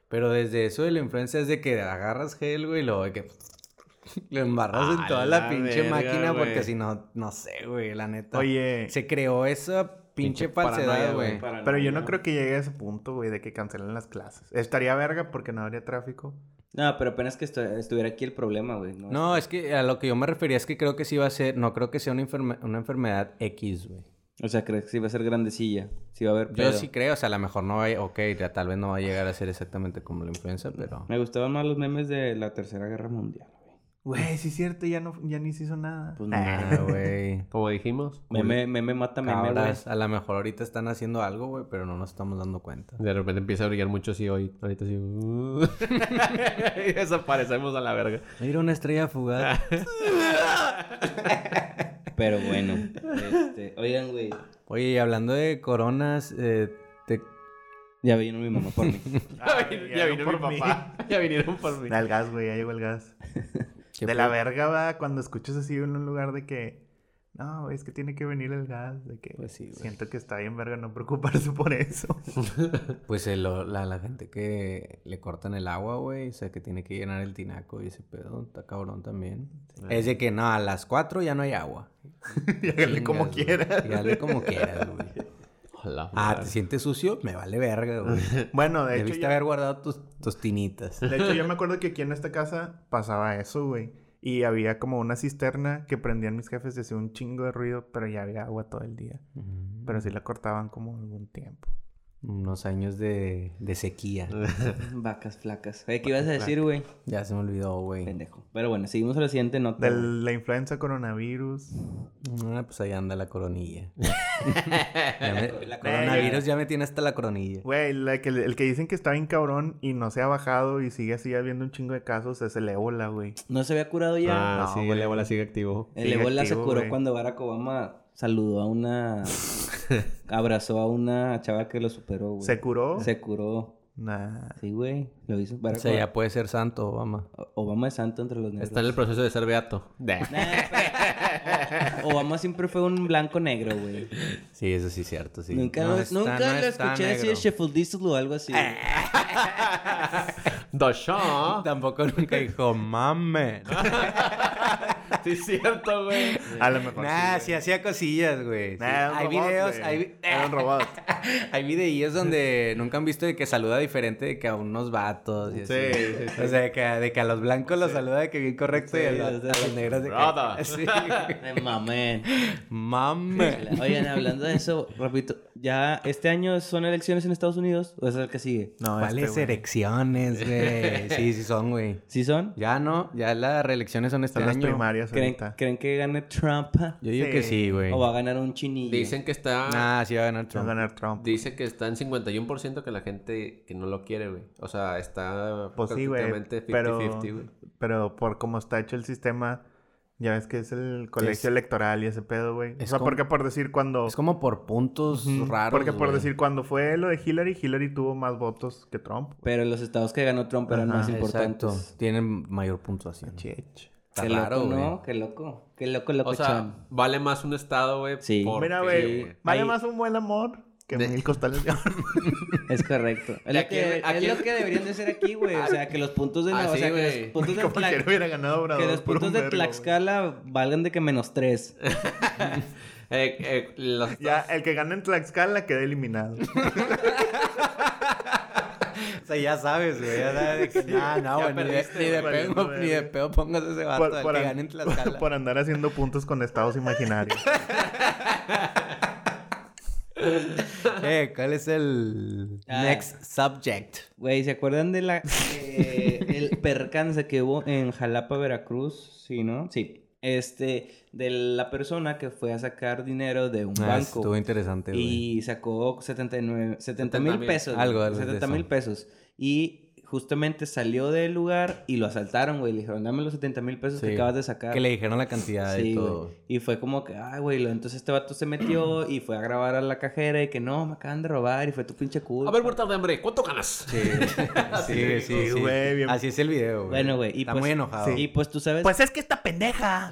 Pero desde eso de la influenza es de que agarras gel, güey, y luego de que lo embarras en
A
toda la,
la
pinche
verga,
máquina porque
güey.
si no, no sé, güey, la neta.
Oye,
Se creó esa Eh, pinche
Pinche paranoia,
falsedad, güey.
güey.
pero yo no creo que llegue a ese punto, güey, de que cancelen las clases. Estaría verga porque no habría tráfico.
No, pero apenas que estu- estuviera aquí el problema, güey.
No, es que a lo que yo me refería es que creo que sí va a ser, no creo que sea una, enferme- una enfermedad X, güey.
O sea, crees que sí va a ser grandecilla. Sí va a haber
Yo
pedo.
sí creo, o sea, a lo mejor no va a, ok, ya tal vez no va a llegar a ser exactamente como la influenza, pero...
Me gustaban más los memes de la Tercera Guerra Mundial, güey.
Güey, sí es cierto, ya, no, ya ni se hizo nada.
Pues
Ah,
nada, güey.
güey.
Como dijimos,
Meme, meme mata meme, güey.
Cabras, a lo mejor ahorita están haciendo algo, güey, pero no nos estamos dando cuenta.
de repente empieza a brillar mucho así hoy. Ahorita sí. y desaparecemos a la verga.
Mira una estrella fugaz.
Pero bueno. Este, oigan, güey.
Oye, y hablando de coronas, eh, te-
Ya vino mi mamá por mí.
Ah,
ya, vin- ya vino
no
mi papá. Ya vinieron por mí.
Da el gas, güey, ya llegó el gas.
¿qué
de la
fue?
verga va cuando escuchas así en un lugar de que. No, güey, es que tiene que venir el gas. De que
Pues sí, güey.
siento que está bien verga no preocuparse por eso.
Pues el o- la, la gente que le cortan el agua, güey, o sea, que tiene que llenar el tinaco y ese pedo, está cabrón también. Es de que no, a las 4 ya no hay agua.
Hágale como
Chingas, güey.
quieras.
Hágale como quieras, güey.
Hola.
Ah, ¿te sientes sucio? Me vale verga, güey.
Bueno, de hecho.
Debiste
ya-
haber guardado tus, tus tinitas.
De hecho, yo me acuerdo que aquí en esta casa pasaba eso, güey. Y había como una cisterna que prendían mis jefes y hacía un chingo de ruido, pero ya había agua todo el día. Pero sí la cortaban como algún tiempo.
Unos años de, de sequía.
Vacas flacas. Oye, ¿qué ibas a decir, güey?
Ya se me olvidó, güey.
Pendejo. Pero bueno, seguimos a la siguiente nota.
De
güey.
la influenza, coronavirus.
Ah, pues ahí anda la coronilla. Ya me-
La
coronavirus ya me tiene hasta la coronilla.
Güey, la que- el que dicen que está bien cabrón y no se ha bajado y sigue así habiendo un chingo de casos es el ébola, güey.
No se había curado ya.
Ah,
No,
sí,
güey.
el ébola sigue activo.
El
sigue
Ebola se
activo,
curó
güey.
cuando Barack Obama saludó a una. abrazó a una chava que lo superó, güey.
¿Se curó?
Se curó.
Nah.
Sí, güey. Lo hizo
O
Barack
sea,
Obama.
ya puede ser santo, Obama.
Obama es santo entre los negros.
Está en el proceso de ser beato.
Nah, Obama siempre fue un blanco negro, güey.
Sí, eso sí es cierto, sí.
Nunca, lo,
está-
nunca
no
lo
está
escuché decir
negro. Ah.
Sheffield Diesel o algo así. güey.
Doshaw.
Tampoco nunca dijo, mame.
Sí, es cierto, güey.
A lo mejor.
nah,
sí,
sí hacía cosillas, güey. Sí,
güey. Nah, era un
hay
robot,
videos,
güey. Ah.
hay, vi-
Era un robot.
hay videillos donde nunca han visto de que saluda diferente de que a unos vatos. y así.
Sí, sí,
O sea, de que, a- de que a los blancos los saluda de que bien correcto y a,
Sí,
los-
o sea,
a los negros de que...
brother.
Sí.
Me mamé.
Mame.
Oigan, hablando de eso, repito, ya este año son elecciones en Estados Unidos o es el que sigue.
No,
¿Cuáles
este, güey.
erecciones, güey? Pues, Sí, sí son, güey.
¿Sí son?
Ya no, ya las reelecciones son este
Son las
año.
primarias
¿Creen,
ahorita.
creen que gane Trump
Yo digo
Sí.
que sí, güey.
Oh,
o va a ganar un chinillo?
Dicen que está.
Nah,
Ah,
sí va a ganar
Va a
Trump.
ganar Trump.
Dice que está en 51% que la gente que no lo quiere, güey. O sea, está
Pues sí, güey,
prácticamente 50-50,
pero-
güey.
Pero por cómo está hecho el sistema, ya ves que es el colegio
Es-
electoral y ese pedo, güey. O
es
sea,
como-
porque por decir cuando.
Es como por puntos
Ujú,
raros.
Porque por
güey.
decir cuando fue lo de Hillary, Hillary tuvo más votos que Trump.
Pero los estados que ganó Trump eran
Ajá,
más
Exacto.
importantes.
Tienen mayor puntuación.
Chich.
Está
Qué
raro,
loco,
güey.
¿no? Qué loco. Qué loco, loco,
O sea, vale más un estado, güey.
Sí.
porque-
Mira, güey, vale
Ahí-
más un buen amor que mil costales de oro.
Es correcto. Es,
¿De
lo que,
quién- a
es
quién-
lo que deberían de hacer aquí, güey. O sea, que los puntos de la...
Ah,
o
sí,
sea, que los
güey.
puntos de
Como
Tla-
que no hubiera ganado Obrador
Que los
por un
puntos de
vergo, güey.
Tlaxcala valgan de que menos tres.
Eh, eh, los-
Ya, el que gane en Tlaxcala queda eliminado.
O sea, ya sabes, güey. Ya sabes de que, nah, no,
Ya
güey, ni de,
perdiste,
ni de
güey,
peo-
valiendo
ni de
verga.
peo pongas ese vato
por,
al
por
que
an-
gane en Tlaxcala.
por andar haciendo puntos con estados imaginarios.
Eh, ¿cuál es el
Ah.
next subject?
Güey, ¿se acuerdan de la... eh, el percance que hubo en Jalapa, Veracruz? Sí, ¿no? Sí. Este, de la persona que fue a sacar dinero de un
Ah,
banco.
estuvo interesante, güey.
Y sacó 79, 70 mil
70,000.
pesos.
Algo,
güey,
algo de
70 mil
eso.
pesos. Y justamente salió del lugar y lo asaltaron, güey. Le dijeron, dame los 70 mil pesos
Sí.
que acabas de sacar.
Que le dijeron la cantidad
Sí,
y
güey.
todo.
Y fue como que, ay, güey, lo- entonces este vato se metió y fue a grabar a la cajera y que no, me acaban de robar y fue tu pinche culo.
A ver, muerta de hambre, ¿cuánto ganas?
Sí, sí, sí.
Sí,
sí.
güey, bien-
Así es el video, güey.
Bueno, güey, y
Está
pues-
muy enojado.
Y pues tú sabes,
es que esta pendeja.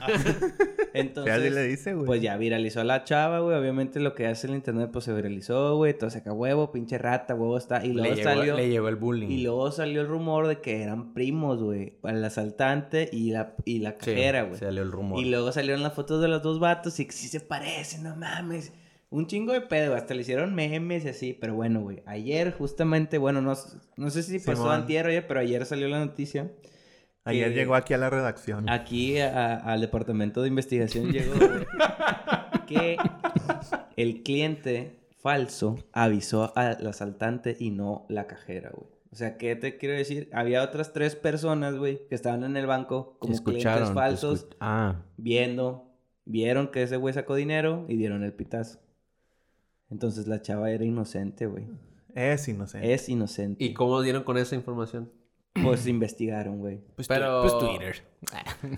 entonces...
Ya así le dice, güey.
Pues ya viralizó a la chava, güey. Obviamente lo que hace el internet, pues se viralizó, güey. Entonces acá, huevo, pinche rata, huevo está. Y luego
le, llegó,
salió.
le llegó el bullying.
Y luego salió el rumor de que eran primos, güey. El asaltante y la, y la
Sí,
cajera, güey.
Salió el rumor.
y luego salieron las fotos de los dos vatos y que sí se parecen, no mames. Un chingo de pedo, hasta le hicieron memes y así. Pero bueno, güey. Ayer, justamente, bueno, no, s- no sé si pasó
Simón.
antier o ayer, pero ayer salió la noticia.
Ayer
que-
llegó aquí a la redacción.
Aquí a- al departamento de investigación llegó güey, que el cliente falso avisó al asaltante y no la cajera, güey. O sea, ¿qué te quiero decir? Había otras tres personas, güey, que estaban en el banco como clientes
Escucharon.
falsos,
escu- ah,
viendo, vieron que ese güey sacó dinero y dieron el pitazo. Entonces la chava era inocente, güey.
Es inocente.
Es inocente.
¿Y cómo dieron con esa información?
Pues investigaron, güey.
pues,
Pero-
tu- pues Twitter.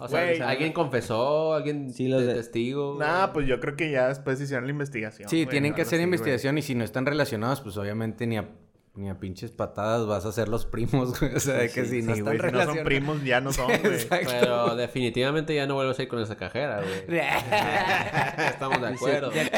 O sea,
Güey,
¿alguien confesó? ¿Alguien
Sí, los
de
de-
testigo?
Nah, pues yo creo que ya después hicieron la investigación.
Sí,
güey,
tienen
o
que
algo
hacer
así, güey.
investigación y si no están relacionados, pues obviamente ni a, ni a pinches patadas vas a ser los primos, güey. O sea, de que si no
Sí,
están
güey, si no
relacionados.
son primos, ya no son,
pues.
güey.
Exacto.
Pero definitivamente ya no vuelves a ir con esa cajera, güey. Estamos de acuerdo.
De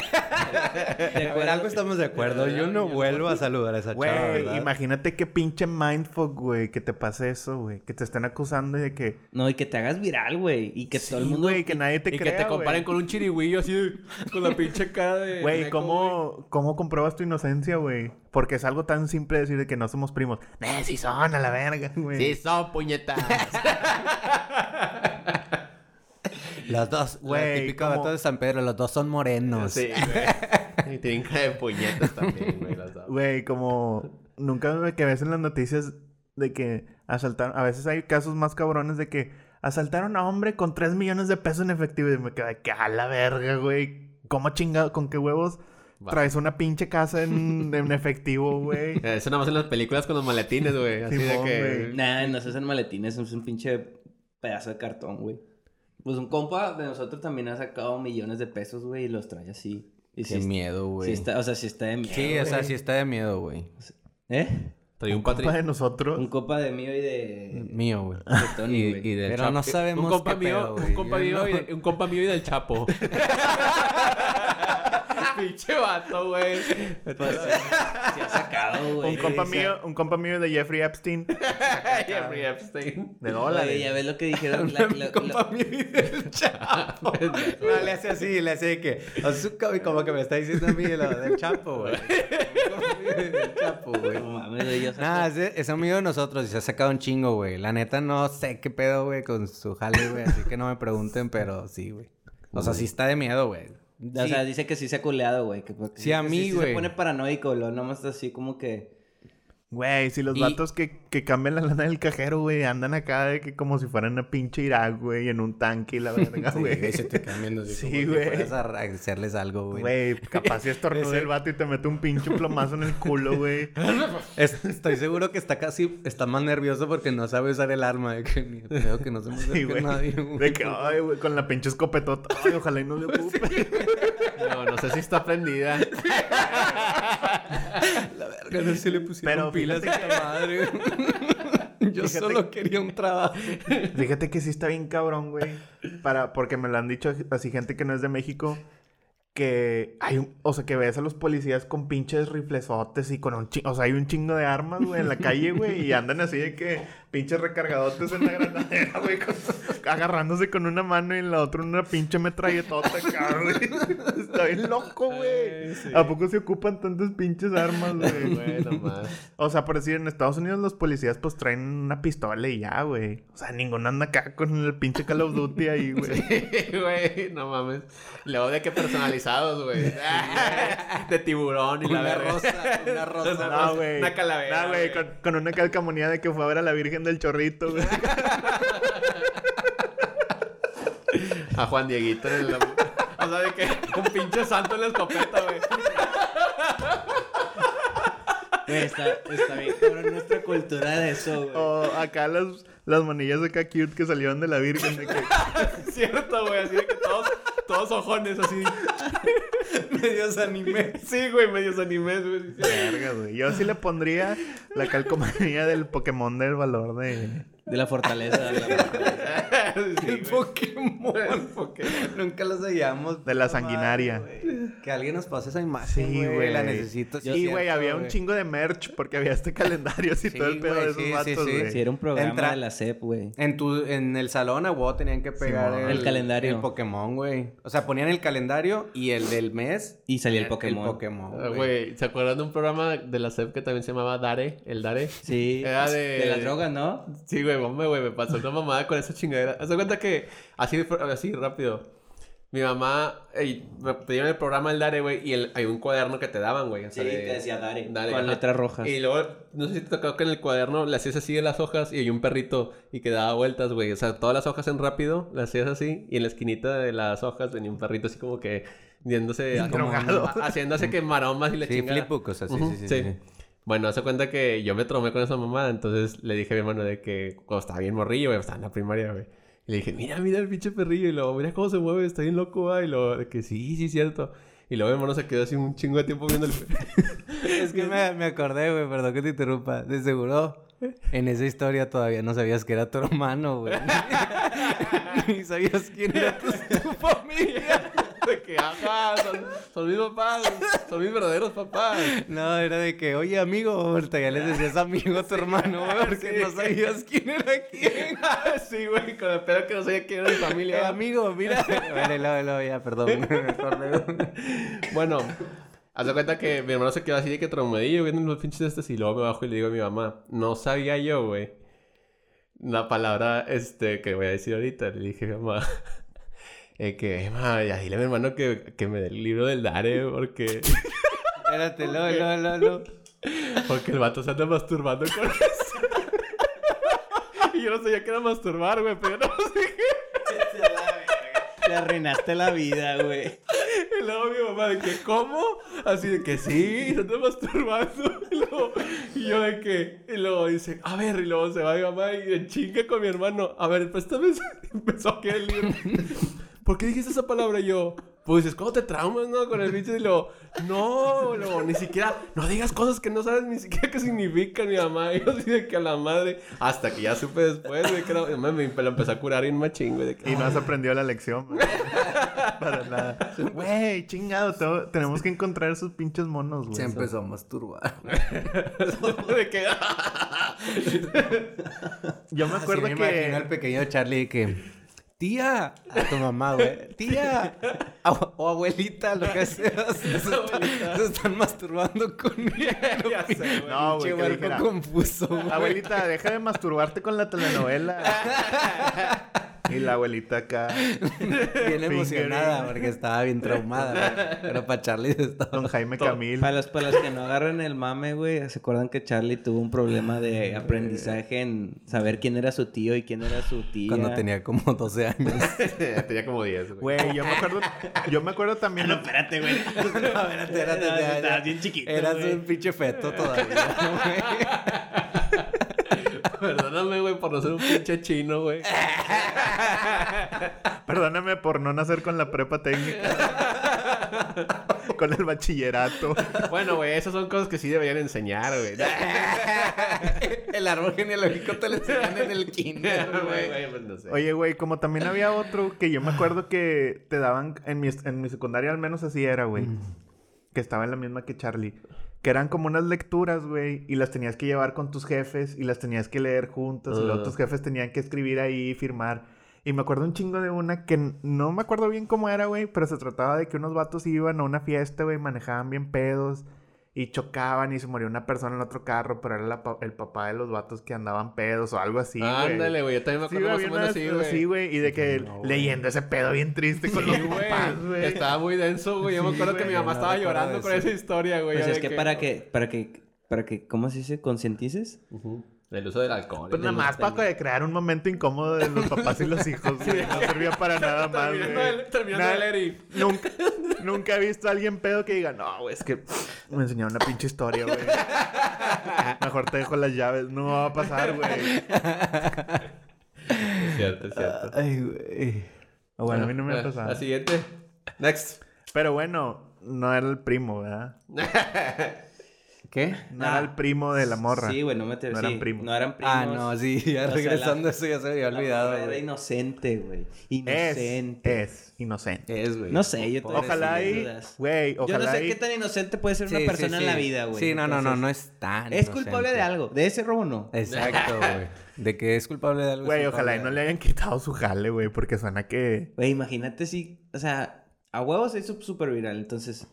acuerdo, algo estamos de acuerdo. Yo no vuelvo a saludar a esa chava,
Güey,
¿verdad?
imagínate qué pinche mindfuck, güey, que te pase eso, güey. Que te estén acusando de que...
No, y que te hagas viral, güey. Y que
Sí,
todo el mundo.
güey, que nadie te
y
crea,
que te comparen con un chirigüillo así, de- con la pinche cara de...
Güey,
meco,
¿cómo, ¿cómo compruebas tu inocencia, güey? Porque es algo tan simple decir de que no somos primos. Eh, sí son, a la verga, güey.
güey? Sí, son puñetas.
Los dos,
Güey,
güey. Típico
¿cómo?
vato de San Pedro, los dos son morenos.
Sí, güey. Y tienen cara de puñetas también, güey, las dos.
Güey, como nunca me- que ves en las noticias de que asaltaron, a veces hay casos más cabrones de que asaltaron a hombre con 3 millones de pesos en efectivo y me quedé de que a la verga, güey. ¿Cómo chingado? ¿Con qué huevos?
Va.
Traes una pinche casa en, en efectivo, güey.
Eh, Eso nada más en las películas con los maletines, güey. Así de
Simón,
que...
güey.
Nah, no se hacen maletines, es un pinche pedazo de cartón, güey. Pues un compa de nosotros también ha sacado millones de pesos, güey, y los trae así. Y sí
Qué
es-
miedo,
sí
güey. Sí,
está, o sea, sí está de miedo.
o sea,
güey.
sí está de miedo, güey.
¿Eh?
Traía un
Compa
patrimonio.
de nosotros.
Un copa de mío y de,
Mío, güey.
de Tony,
Y,
güey.
y del
Pero
Chapo.
no
sabemos
Un compa
qué
mío,
pedo,
un
güey.
compa
Yo
mío,
no-
y, un compa mío y del Chapo. Pinche vato, güey.
Pues, sí, sí ha sacado, güey.
Un compa
Sí, sí ha-
mío, un compa mío de Jeffrey Epstein.
Jeffrey Epstein.
De
Oye, ya
dólares.
ves lo que dijeron. la- la- la-
No, le hace así, le hace de que. Azúcar, güey, como que me está diciendo a mí lo del Chapo, güey. del Chapo, güey.
No mames, güey, yo saco-
Nada, es, es amigo de nosotros y se ha sacado un chingo, güey. La neta no sé qué pedo, güey, con su jale, güey. Así que no me pregunten, pero sí, güey. O sea, sí está de miedo, güey.
O
Sí.
sea, dice que sí se ha culeado, güey. que porque-
Sí, a mí,
Se
güey.
pone paranoico, lo nomás así como que.
Güey, si los
Y-
vatos que, que cambian la lana del cajero, güey, andan acá de que como si fueran una pinche Irak, güey, en un tanque y la verga,
Sí,
güey.
güey, se te quedan viendo así
Sí,
como si
güey.
fueras a hacerles algo, güey.
Güey, capaz si estornuda el vato y te mete un pinche plomazo en el culo, güey.
Es- estoy seguro que está casi, está más nervioso porque no sabe usar el arma. De que ni pedo que no se me
Sí,
acerque
güey.
nadie, güey.
De que, ay, güey, con la pinche escopetota. Ay, ojalá y no le ocupe.
No, no sé si está prendida.
Verga, no se le pusieron
Pero
pilas a esta madre. güey. Yo
Fíjate
solo quería un trabajo.
Fíjate que sí está bien cabrón, güey. Para, porque me lo han dicho así gente que no es de México. Que hay un, o sea, que ves a los policías con pinches riflesotes y con un chingo, o sea, hay un chingo de armas, güey, en la calle, güey, y andan así de que pinches recargadotes en la granadera, güey, con- agarrándose con una mano y en la otra una pinche metralletota, acá, güey. Está bien loco, güey.
Ay, sí.
¿A poco se ocupan tantas pinches armas, güey?
Bueno, más.
O sea, por decir, en Estados Unidos los policías pues traen una pistola y ya, güey. O sea, ninguno anda acá con el pinche Call of Duty ahí, güey.
Güey, no mames. Luego de que personalizados, güey. De tiburón y
Una
la verga.
rosa, una rosa.
No, güey.
Una calavera,
No, güey,
güey.
con, con una calcamonía de que fue a ver a la Virgen del Chorrito, güey.
A Juan Dieguito en el... O sea, de que un pinche santo en la escopeta, güey.
Güey, está, está bien, cabrón, nuestra cultura de eso, güey.
O acá las, las manillas acá cute que salieron de la Virgen. De que,
Cierto, güey. Así de que todos, todos ojones, así.
Medios anime.
Sí, güey, medios animes, güey. sí, sí.
verga, güey. Yo sí le pondría la calcomanía del Pokémon del valor de...
De la fortaleza. de la-
Sí,
El
güey.
Pokémon. Nunca los hallamos.
De la
Madre,
sanguinaria.
güey. Que alguien nos pase esa
Sí,
imagen, güey.
güey.
La necesito. sí,
Y, güey,
cierto,
había un chingo de merch porque había este calendario y
Sí,
todo el pedo
güey,
de esos
sí, sí,
vatos,
sí.
güey.
Sí, era un programa
Entra-
de la CEP, güey.
En, tu, en el salón a huevo tenían que pegar
Simón.
el,
El calendario.
El Pokémon, güey. O sea, ponían el calendario y el del mes.
Y salía el Pokémon.
El Pokémon,
Ah,
güey.
Güey, ¿se acuerdan de un programa de la SEP que también se llamaba Dare? ¿El Dare?
Sí.
Era de-
De las drogas, ¿no?
Sí, güey, hombre, güey, me pasó una mamada con esa chingadera. Haz de cuenta que, así, de fr- así rápido, Mi mamá, ey, me pidieron el programa del Dare, güey, y el- hay un cuaderno que te daban, güey. o
Sí,
sea, de-
te decía Dare.
Dare,
con
ajá.
letras rojas.
Y luego, no sé si te tocó que en el cuaderno le hacías así de las hojas y hay un perrito y que daba vueltas, güey. O sea, todas las hojas en rápido, las hacías así y en la esquinita de las hojas venía un perrito así como que viéndose, así como-
Drogado.
ha- haciéndose que maromas y la
Sí,
chingada.
flipbook, o sea, sí,
Ujú,
sí, sí,
sí.
sí.
Bueno, hace cuenta que yo me tromé con esa mamada, entonces le dije a mi hermano de que cuando estaba bien morrillo, güey, estaba en la primaria, güey. Y le dije, mira, mira el pinche perrillo, y luego, mira cómo se mueve, está bien loco, va. Y luego, de que sí, sí, cierto. Y luego mi hermano se quedó así un chingo de tiempo viendo el.
Es que me, me acordé, güey, perdón que te interrumpa. De seguro, en esa historia todavía no sabías que era tu hermano, güey. Ni sabías quién era tu, tu familia.
De que, ajá, son, son mis papás, son mis verdaderos papás.
No, era de que, oye, amigo, ahorita ya les decías amigo a tu hermano, güey, porque no sabías quién era quién.
sí, güey, con el pedo que no sabía quién era mi
Eh,
familia.
amigo, mira. Vale, lo, lo, ya, perdón. me acordé, güey.
bueno, haz de cuenta que mi hermano se quedó así de que traumadillo viendo los pinches estos y luego me bajo y le digo a mi mamá, no sabía yo, güey. La palabra, este, que voy a decir ahorita, le dije a mi mamá. eh, que, "Eh, ma, ya dile a mi hermano que, que me dé el libro del Dare, porque,
Espérate, lo, lo, lo, lo.
porque el vato se anda masturbando con eso. y yo no sabía que era masturbar, güey, pero no sé
Le arruinaste la vida, güey.
Y luego mi mamá de que, ¿cómo? Así de que sí, se está masturbando. Y, luego- y yo de que, y luego dice, a ver, y luego se va mi mamá y de chinga con mi hermano. A ver, préstame ese- empezó a querer el libro. ¿Por qué dijiste esa palabra? Y yo, pues dices, ¿cómo te traumas, no? Con el bicho. Y luego, no, luego, ni siquiera, no digas cosas que no sabes ni siquiera qué significan, mi mamá. Y yo así de que a la madre, hasta que ya supe después, de que era, me, me lo empecé a curar y un machín, güey. de que, "Ah,
Y no has aprendido la lección, güey. Para nada. Güey, chingado. te- tenemos que encontrar esos pinches monos, güey.
Se empezó a masturbar.
de que,
Yo me acuerdo
Así Ah, me
que.
imagino al pequeño Charlie que... Tía, a tu mamá, güey. Tía, a- o abuelita, lo que sea. Se, está- se están masturbando conmigo.
ya sé, güey.
No,
Pinche
güey, que
barco
dijera, "Ah,
confuso, güey.
Abuelita, deja de masturbarte con la telenovela. y la abuelita acá.
Bien emocionada porque estaba bien traumada, güey. Pero para Charlie se estaba...
Don Jaime Camil.
Para los, para los que no agarran el mame, güey, ¿se acuerdan que Charlie tuvo un problema
Ah,
de aprendizaje en saber quién era su tío y quién era su tía?
Cuando tenía como 12 años.
tenía como 10, güey.
Güey, yo me acuerdo. Yo me acuerdo también.
Espérate, güey.
Espérate, espérate,
Estabas-
ya, ya.
estabas bien chiquito,
Eras
güey.
un pinche feto todavía, güey.
Perdóname, güey, por no ser un pinche chino, güey.
Perdóname por no nacer con la prepa técnica. con el bachillerato.
Bueno, güey, esas son cosas que sí deberían enseñar, güey.
El árbol genealógico te lo enseñan en el kinder,
Güey,
güey.
güey, pues no sé.
Oye, güey, como también había otro que yo me acuerdo que te daban en mi, en mi secundaria, al menos así era, güey. Que estaba en la misma que Charlie. Que eran como unas lecturas, güey, y las tenías que llevar con tus jefes y las tenías que leer juntas. Y
Ah.
luego tus jefes tenían que escribir ahí, firmar. Y me acuerdo un chingo de una que n- no me acuerdo bien cómo era, güey, pero se trataba de que unos vatos iban a una fiesta, güey, manejaban bien pedos y chocaban y se murió una persona en otro carro, pero era la pa- el papá de los vatos que andaban pedos o algo así, güey.
Ándale, güey, yo también me
Sí,
acuerdo más
había
o menos
unas-
así, güey.
sí, güey. Y de que leyendo ese pedo bien triste con los
Sí,
papás,
güey.
güey.
Estaba muy denso, güey. Yo me
Sí,
acuerdo que
güey,
mi mamá
no
estaba
recuerdo
llorando con
eso.
esa historia, güey.
Pues
ya
es
de
que para que, para que, para que, ¿cómo se dice? ¿Concientices?
Ujú. El uso del alcohol.
Pues nada más para crear un momento incómodo de los papás y los hijos, güey. No servía para nada más,
Terminando de-
güey.
terminando
Nada-
de leer y-
Nunca, nunca he visto a alguien pedo que diga, no, güey, es que me enseñaron una pinche historia, güey. Mejor te dejo las llaves. No va a pasar, güey.
Es cierto, es cierto.
Ay, güey.
O Ah, Bueno, a mí no me ha pasado.
La siguiente. Next.
Pero bueno, no era el primo, ¿verdad?
¿Qué?
No
Ah,
era el primo de la morra.
Sí, güey, no me te...
No eran
sí,
primos.
No eran primos.
Ah, no, sí, ya
O sea,
regresando
la-
a eso ya se me había
La
olvidado,
morra Era
güey.
inocente, güey.
es,
Inocente.
es inocente.
Es, güey.
No sé, yo todavía
Ojalá
tengo
y,
dudas.
güey,
Yo
ojalá
no sé
y-
qué tan inocente puede ser
Sí,
una
sí,
persona
sí.
en la vida, güey.
Sí, no, no, no,
Entonces,
no es tan.
Es culpable de
inocente.
algo. De ese robo no.
Exacto, güey. De que es culpable de algo. es
Güey,
culpable
ojalá y
de
no le
algo.
hayan quitado su jale, güey, porque suena que...
Güey, imagínate si, o sea, a huevos es súper viral, entonces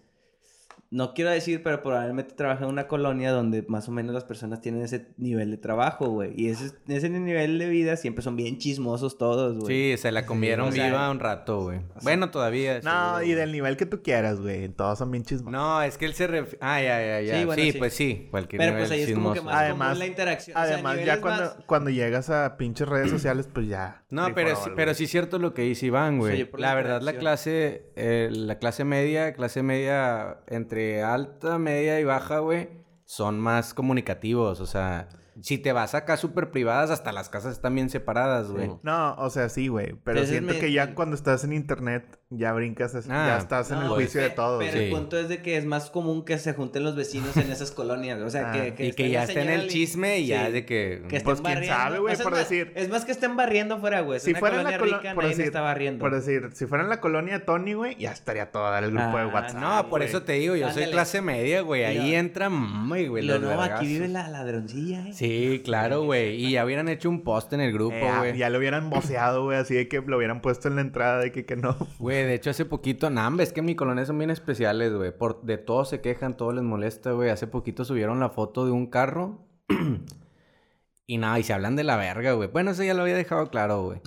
no quiero decir, pero probablemente trabaja en una colonia donde más o menos las personas tienen ese nivel de trabajo, güey. Y ese, ese nivel de vida siempre son bien chismosos todos, güey.
Sí, se la comieron
o sea,
viva un rato, güey. Bueno, todavía.
No,
seguro,
y
güey.
del nivel que tú quieras, güey. Todos son bien chismosos.
No, es que él se refiere... Ah, ya, ya, ya. Sí,
Sí, bueno, sí.
pues sí. Cualquier
Pero
nivel
pues ahí es como que
chismoso.
más
Además-
común la interacción. o sea,
Además, ya
niveles
cuando,
más-
cuando llegas a pinches redes sociales, pues ya.
No,
rifó
pero,
algo,
sí-
güey.
pero sí es cierto lo que dice Iván, güey.
yo por
la
la
verdad, la
interacción.
clase, eh, la clase media, clase media entre alta, media y baja, güey, son más comunicativos. O sea, si te vas acá súper privadas, hasta las casas están bien separadas, güey.
No, o sea, sí, güey. Pero
Entonces
siento
me-
que ya cuando estás en internet, ya brincas, es-
Ah,
ya estás en el
No,
juicio de
pe-
todos.
Pero
Sí.
güey.
el punto es de que es más común que se junten los vecinos en esas colonias. O sea,
Ah,
que,
y
esté
que
la
ya está en
señora
el
li-
chisme y ya
Sí.
de que...
que estén
Pues, quién
barriendo.
sabe, güey,
O sea, es
por
más-
decir.
Es más que estén barriendo fuera, güey. Si
Si
una
fuera en
colonia
la
rica,
colonia, por
nadie
decir,
está barriendo.
por decir, si fuera en la colonia de Tony, güey, ya estaría todo el grupo de
Ah,
WhatsApp.
No, por
güey.
eso te digo, yo soy
Ándale.
clase media, güey.
Y
Ahí
lo-
entra, muy, güey,
Y
los
lo no, aquí
vergazos.
vive la ladroncilla, eh.
Sí, claro, güey. Y ya hubieran hecho un post en el grupo,
Eh, ah,
güey.
ya lo hubieran voceado, güey, así de que lo hubieran puesto en la entrada de que, que no.
Güey, de hecho hace poquito, nah, hombre, es que mi colonia son bien especiales, güey. Por de todo se quejan, todo les molesta, güey. Hace poquito subieron la foto de un carro y nada, y se hablan de la verga, güey. Bueno, eso ya lo había dejado claro, güey.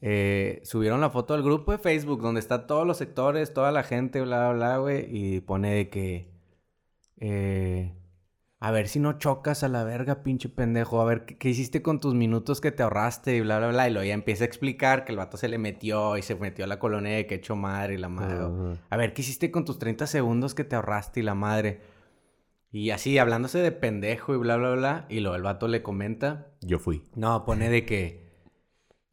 Eh, subieron la foto al grupo de Facebook donde está todos los sectores, toda la gente, bla, bla, bla, güey. Y pone de que... eh, a ver si no chocas a la verga, pinche pendejo. A ver, ¿qué, qué hiciste con tus minutos que te ahorraste? Y bla, bla, bla. Y luego ya empieza a explicar que el vato se le metió y se metió a la colonia de que hecho madre y la madre. A ver, ¿qué hiciste con tus 30 segundos que te ahorraste y la madre? Y así, hablándose de pendejo y bla, bla, bla. Y luego el vato le comenta.
Yo fui.
No, pone de que...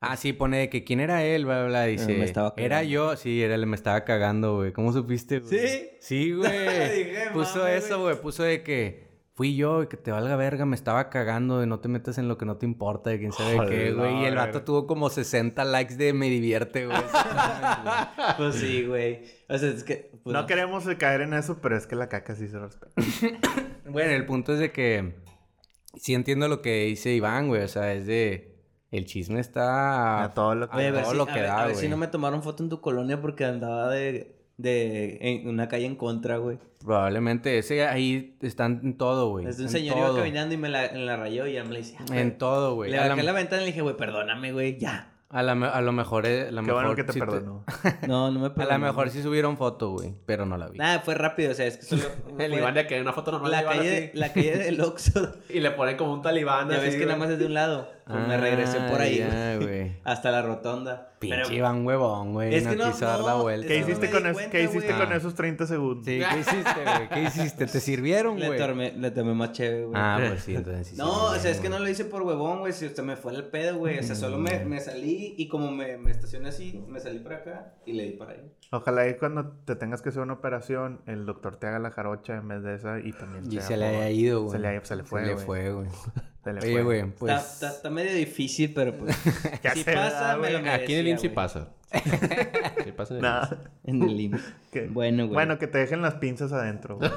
Ah, sí, pone de que quién era él, bla, bla, bla. Dice,
Eh, me estaba
era
cagando".
yo. Sí, era él, me estaba cagando, güey. ¿Cómo supiste, güey?
¿Sí?
Sí, güey.
Dije,
puso
"Mames,
eso, güey. Puso de que fui yo y que te valga verga, me estaba cagando de no te metas en lo que no te importa, de quién sabe qué,
Joder,
güey. Y el
la
vato
verga.
tuvo como 60 likes de me divierte, güey.
Pues sí, güey. O sea, es que. pues,
no queremos caer en eso, pero es que la caca sí se respeta.
bueno, el punto es de que sí entiendo lo que dice Iván, güey. O sea, es de. El chisme está.
A todo lo que-
Oye, a ver,
todo
si,
lo
a
que
ver-
da,
a ver si
güey.
no me tomaron foto en tu colonia porque andaba de, de en una calle en contra, güey.
Probablemente ese ahí están en todo, güey.
Desde un
en
señor
todo.
iba caminando y me la, en la rayó y ya me la hice.
En todo, güey.
Le
A la-
bajé la ventana y le dije, güey, perdóname, güey, ya.
A, la me- a lo mejor. eh, la
Qué bueno
mejor
que te
sí
perdonó.
No, no me
A
perdonó.
lo mejor sí subieron foto, güey. Pero no la vi.
Nada, fue rápido, o sea, es que solo.
El
fue-
Iván de que una foto normal de
la,
Iván
calle,
así,
la calle del Oxxo.
y le ponen como un talibán
Ya
así,
ves que
güey.
nada más es de un lado. Pues me
Ah,
regresé por ahí,
ya,
güey.
güey.
Hasta la rotonda.
Pinche
Pero-
Iván huevón, güey.
Es
no,
que no,
quiso dar la
no,
vuelta.
¿Qué
Eso no
hiciste,
me
con,
di
es-
cuenta,
¿qué hiciste
güey.
con esos 30 segundos?
Sí, ¿qué hiciste, güey? ¿Qué hiciste? ¿Te sirvieron,
Le
güey?
tomé, le tomé más chévere, güey.
Ah, pues sí, entonces sí.
No, o sea, es que no
lo...
lo hice por huevón, güey. Si usted me fue el pedo, güey. O sea, solo me,
Mm.
me salí y como me, me estacioné así, me salí para acá y le di para ahí.
Ojalá y cuando te tengas que hacer una operación, el doctor te haga la jarocha en vez de esa y también
Y
sea
se le
por-
haya ido, güey.
Se le, haya- se le fue,
Se le
güey.
fue, güey.
Se le
Oye,
fue.
güey,
Está,
pues...
está, está medio difícil, pero pues.
Ya
si
se da,
pasa, me
Ah, güey.
lo merecía,
Aquí en el IMSI
güey.
pasa. Sí pasa en el
Nah.
IMSI.
En el IMSS.
Que-
Bueno, güey.
Bueno, que te dejen las pinzas adentro, güey.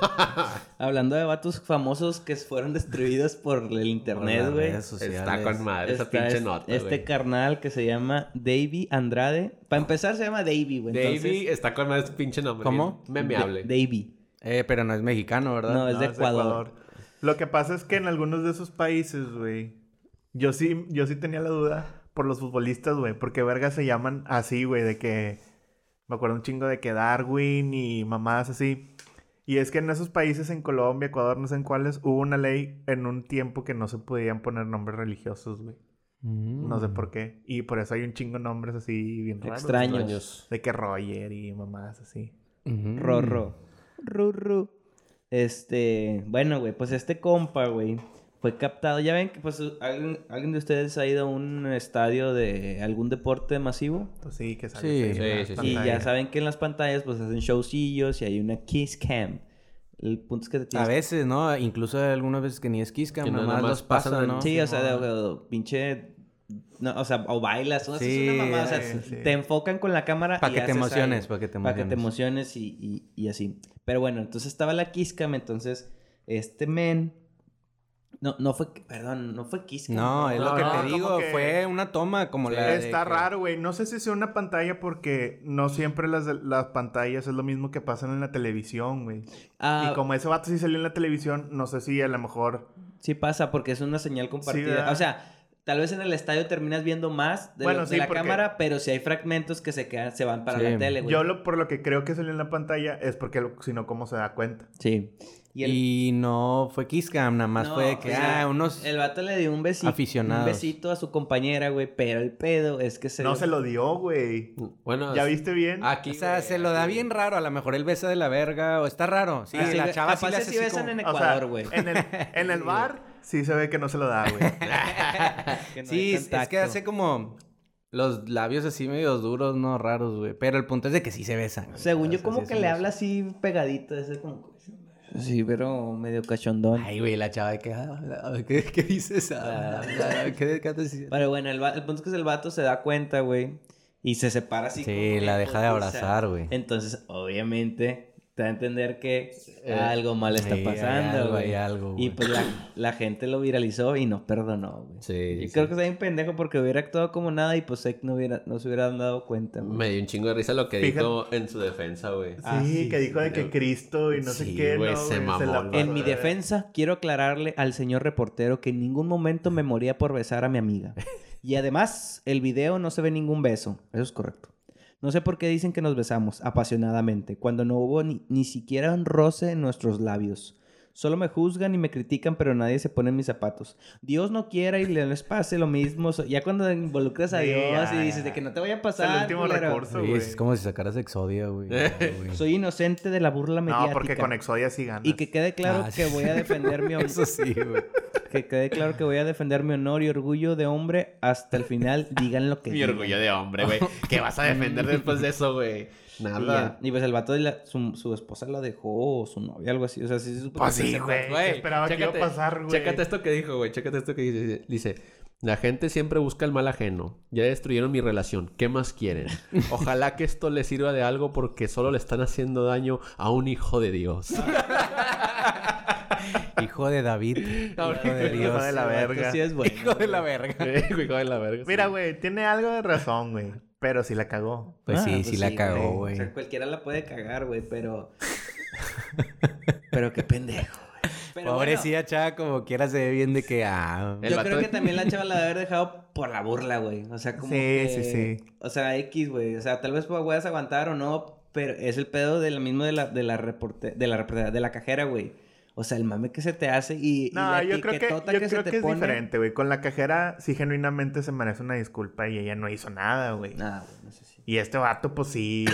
Hablando de vatos famosos que fueron destruidos por el internet, güey.
Está con madre esa
Está
pinche
es-
nota,
Este
güey.
carnal que se llama Davey Andrade. Para empezar, se llama Davey, güey. entonces-
Davey está con madre ese pinche nombre.
¿Cómo?
bien Memeable.
Davey.
Eh, pero no es mexicano, ¿verdad?
No, es
No,
de
es de
Ecuador.
Lo que pasa es que en algunos de esos países, güey, yo sí, yo sí tenía la duda por los futbolistas, güey, porque verga se llaman así, güey, de que me acuerdo un chingo de que Darwin y mamadas así. Y es que en esos países, en Colombia, Ecuador, no sé en cuáles, hubo una ley en un tiempo que no se podían poner nombres religiosos, güey. No sé por qué. Y por eso hay un chingo de nombres así bien raros.
Extraños.
Extraños.
De que Roger y mamadas así. mm.
Ujú.
Rorro. Rurru. Este, bueno, güey, pues este compa, güey, fue captado. Ya ven que, pues, alguien, alguien de ustedes ha ido a un estadio de algún deporte masivo.
Entonces, Pues sí, que sale.
Sí,
así en
sí,
la
sí, sí.
Y ya
pantalla.
saben que en las pantallas, pues, hacen showcillos y hay una kiss cam. El punto es que te
A
tienes
veces, ¿no? Incluso hay algunas veces que ni es Kiska,
Que no,
nomás,
nomás
los
pasan
pasan,
en-
pues, ¿no?
Sí, o sea, de, de- de- pinche. no, o sea, o bailas, o haces
Sí,
una mamada. O sea,
sí, sí.
te enfocan con la cámara.
Pa'
y
que te
haces
emociones,
algo,
pa' que te
pa'
emociones.
y, y- y así. Pero bueno, entonces estaba la Kiss Cam, entonces este men No, no fue, perdón, no fue Kiss.
No, es lo que
no,
te
como
digo,
que-
fue una toma como la de
Está
que-
raro, güey. No sé si sea una pantalla porque no siempre las, las pantallas es lo mismo que pasan en la televisión, güey.
Ah,
y como ese vato sí salió en la televisión, no sé si a lo mejor...
sí pasa porque es una señal compartida.
¿verdad?
o sea, tal vez en el estadio terminas viendo más de,
Bueno,
lo- de
sí,
la
porque-
cámara, pero si hay fragmentos que se quedan, se van para
Sí.
la tele, güey.
Yo lo, por lo que creo que salió en la pantalla es porque lo- si no, ¿cómo se da cuenta?
Sí. Y el-
Y no fue Kiss Cam, nada más
No,
fue de que,
o sea,
ah, unos...
El vato le dio un besito.
aficionados.
Un besito a su compañera, güey. Pero el pedo es que se.
No se lo dio, güey.
Bueno,
¿Ya viste bien?
Ah,
Aquí.
o sea,
güey,
se lo da
aquí.
bien raro, a lo mejor él besa de la verga, o está raro. Sí,
Ah, sí,
la
güey,
chava sí
capaz
le
que
hace
sí
así
besan
como-
en
O sea,
Ecuador, güey.
en, el, en el bar sí se ve que no se lo da, güey.
Que no hay
Sí, es- es que
contacto.
hace como los labios así medios duros, no raros, güey. Pero el punto es de que sí se besan. güey.
Según
O
yo,
sea, sí
como que
hacen
le
eso.
habla así pegadito. Ese como. Sí, pero medio cachondón.
Ay, güey, la chava de que, ah, ah, ¿qué, qué dices? Ah, ah, ¿Qué, qué andas diciendo?
Pero bueno, el, va- el punto es que el vato se da cuenta, güey. Y se separa así.
Sí,
como
la
que,
deja de
o sea,
abrazar, güey.
Entonces, obviamente, te da a entender que algo mal está
Eh, Sí, hay
pasando,
algo, hay
güey.
algo,
Y
güey.
pues la, la gente lo viralizó y no perdonó, güey.
Sí,
Yo
sí.
creo que está bien pendejo porque hubiera actuado como nada y pues Zeke no, hubiera, no se hubieran dado cuenta, güey.
Me dio un chingo de risa lo que
Fíjate.
dijo en su defensa, güey.
Ah,
sí,
sí,
que dijo de que
güey.
Cristo y no sé
Sí,
qué.
güey,
no,
se
güey,
mamó,
la
güey.
pasó
En mi
de-
defensa, quiero aclararle al señor reportero que en ningún momento me moría por besar a mi amiga. Y además, el video no se ve ningún beso. Eso es correcto. No sé por qué dicen que nos besamos apasionadamente, cuando no hubo ni, ni siquiera un roce en nuestros labios. Solo me juzgan y me critican, pero nadie se pone en mis zapatos. Dios no quiera y les pase lo mismo. So- Ya cuando involucras a
Sí,
Dios
ya,
y dices
ya.
de que no te voy a
Es el
pasar.
último
culero.
recurso,
Sí,
güey.
es como si sacaras Exodia, güey. Ya, güey.
Soy inocente de la burla mediática.
No, porque con Exodia sí ganas.
Y que quede claro
Ah,
que
sí.
voy a defender mi
Eso sí, güey.
Que quede claro que voy a defender mi honor y orgullo de hombre hasta el final, digan lo que
Mi
digan.
orgullo de hombre, güey. ¿Qué vas a defender después de eso, güey?
Y,
Nada.
ya. Y pues el vato, de la- su, su esposa la dejó, o su novia, algo así. O sea, sí se supo
Pues
que se
sí,
separó.
güey. ¿qué esperaba que iba a pasar, güey.
Chécate esto que dijo, güey. Chécate esto que dice. Dice, la gente siempre busca el mal ajeno. Ya destruyeron mi relación. ¿Qué más quieren? Ojalá que esto les sirva de algo porque solo le están haciendo daño a un hijo de Dios.
Hijo de David. Hijo de
Hijo
Dios.
de la
El vato
verga.
sí es bueno.
Hijo de la verga.
Hijo de la verga.
Mira, güey, tiene algo de razón, güey. Pero sí la cagó.
Pues
Ah,
sí, sí la cagó,
O
güey.
sea, cualquiera la puede cagar, güey, pero. pero qué pendejo, güey. Pero
Pobrecilla chava, como quiera se ve bien de que, ah,
bueno,
El
yo
vato-
creo que también la chava la debe haber dejado por la burla, güey. O sea, como.
Sí,
que-
sí, sí.
O sea, X, güey. O sea, tal vez pues, puedas aguantar o no, pero es el pedo de lo mismo de la, de la, reporte, de la, reportera- de la cajera, güey. O sea, el mame que se te hace y, y
No,
la
yo creo que, yo
etiquetota se
creo
te
que es
pone.
diferente, güey. Con la cajera sí genuinamente se merece una disculpa y ella no hizo nada, güey.
Nah, güey, no sé si.
Y este vato, pues sí.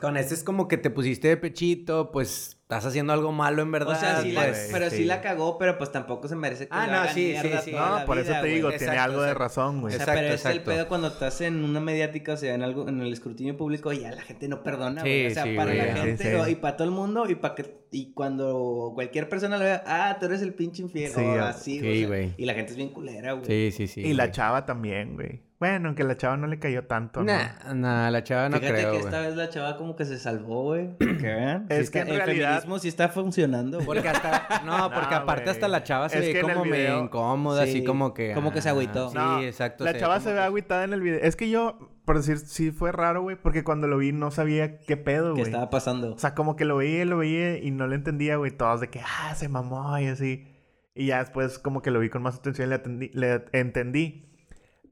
Con este es como que te pusiste de pechito, pues estás haciendo algo malo en verdad.
O sea, sí la-
pues.
güey,
pero sí.
sí.
la cagó, pero pues tampoco se merece que
Ah,
le
no,
hagan
sí, sí,
mierda
sí.
toda
No,
la
por eso
vida,
te
güey.
digo,
güey.
tiene
Exacto,
algo de
exacto.
razón, güey.
O sea,
Exacto,
pero es el
exacto.
pedo cuando estás en una mediática, o sea, en algo, en el escrutinio público, ya la gente no perdona, güey.
Sí,
o sea,
sí,
para
güey,
la
sí,
gente
sí.
lo- y para todo el mundo y para que y cuando cualquier persona lo vea, ah, tú eres el pinche infiel,
Sí,
o
ah,
sí,
así, o sea,
güey.
y la gente es bien culera, güey.
Sí, sí, sí.
y la
güey.
chava también, güey. Bueno, aunque la chava no le cayó tanto, ¿no?
Nah, nah, la chava no
Fíjate
creo,
que
güey.
esta vez la chava como que se salvó, güey. Que vean.
Es
sí
que
está-
en
el
realidad-
feminismo sí está funcionando, güey.
Porque hasta, no, porque
Nah,
aparte
güey.
hasta la chava se
Es que
ve
en el
como medio
video-
incómoda,
Sí,
así como que. ah.
como que se agüitó.
Sí,
No,
exacto.
La chava
como
se ve
que-
agüitada en el video. Es que yo, por decir, sí fue raro, güey, porque cuando lo vi no sabía qué pedo,
que
güey.
estaba pasando.
O sea, como que lo veía, lo veía y no le entendía, güey. Todos de que, ah, se mamó y así. Y ya después como que lo vi con más atención y le, atendí- le entendí.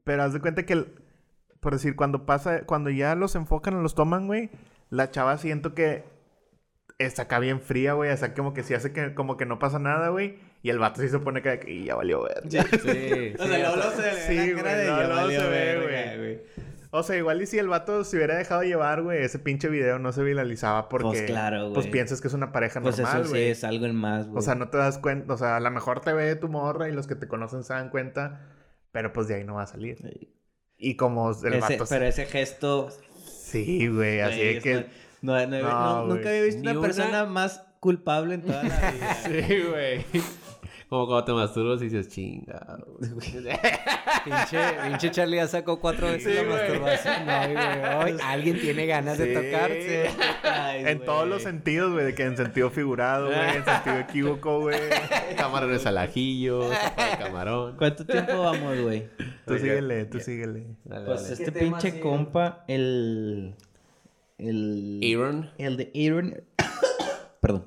Pero haz de cuenta que, el- por decir, cuando pasa, cuando ya los enfocan o los toman, güey, la chava siento que está acá bien fría, güey. O sea, como que sí hace que, como que no pasa nada, güey. Y el vato sí se pone que, y ya valió, güey.
Sí,
O sea, luego luego se le ve
Sí,
la
güey,
cara de
luego
ya
luego
valió
se ve,
verga,
güey. O sea, igual y si el vato se hubiera dejado llevar, güey, ese pinche video no se viralizaba porque...
Pues claro,
Pues
güey.
piensas que es una pareja
Pues
normal,
eso sí
güey.
es algo en más, güey.
O sea, no te das cuenta, o sea, a lo mejor te ve tu morra y los que te conocen se dan cuenta, pero pues de ahí no va a salir. Y como el
Ese-
vato...
pero ese gesto
Sí, güey, así
Güey,
de
es
que...
No, no, no,
No,
no- nunca
güey.
había visto
Ni
una
una-
persona más culpable en toda la vida.
Sí, güey. Como cuando te masturbas y dices, chinga.
Pinche, pinche Charlie ya sacó cuatro veces
Sí,
la
güey.
masturbación. No, güey. Ay, Alguien tiene ganas de
Sí.
tocarse.
En todos los sentidos, güey, de que en sentido figurado, güey, en sentido equívoco, güey.
Camarones al ajillo, sopa de camarón.
¿Cuánto tiempo vamos, güey?
Tú síguele, tú síguele.
Dale,
Pues
dale.
este pinche compa, el. El.
Aaron.
El de Aaron. Perdón.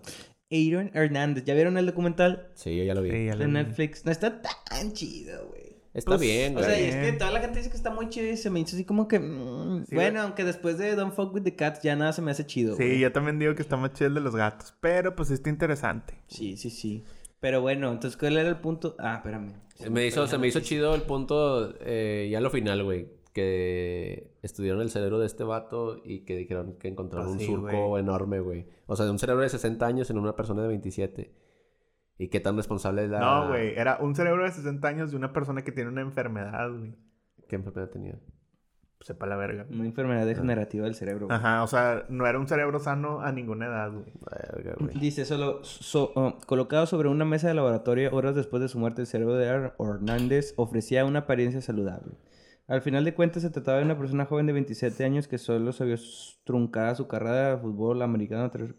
Aaron Hernández. ¿Ya vieron el documental
Sí, yo ya lo vi.
Sí, ya Pues,
de
lo vi.
Netflix? No está tan chido, güey.
Está bien,
O
güey.
sea, y
Está
es que
bien.
toda la gente dice que está muy chido y se me hizo así como que. mm,
Sí,
bueno,
güey.
aunque después de Don't Fuck with the Cats ya nada se me hace chido.
Sí,
güey.
yo también digo que está más chido el de los gatos. Pero pues está interesante.
Sí, sí, sí. Pero bueno, entonces, ¿cuál era el punto? Ah, espérame.
Se me hizo, se me hizo chido el punto eh, ya a lo final, güey. Que estudiaron el cerebro de este vato y que dijeron que encontraron
Pues
un
sí,
surco
güey.
enorme, güey. O sea, de un cerebro de 60 años en una persona de 27. ¿Y qué tan responsable es la...
No, güey, era un cerebro de 60 años de una persona que tiene una enfermedad, güey.
¿Qué enfermedad tenía?
Sepa la verga.
Una enfermedad degenerativa del cerebro. Mm, güey.
Ajá, o sea, no era un cerebro sano a ninguna edad, güey.
Verga, güey.
Dice solo, so- oh, colocado sobre una mesa de laboratorio horas después de su muerte, el cerebro de Ar- Hernández ofrecía una apariencia saludable. Al final de cuentas, se trataba de una persona joven de 27 años que solo se vio s- truncada su carrera de fútbol americano. tras-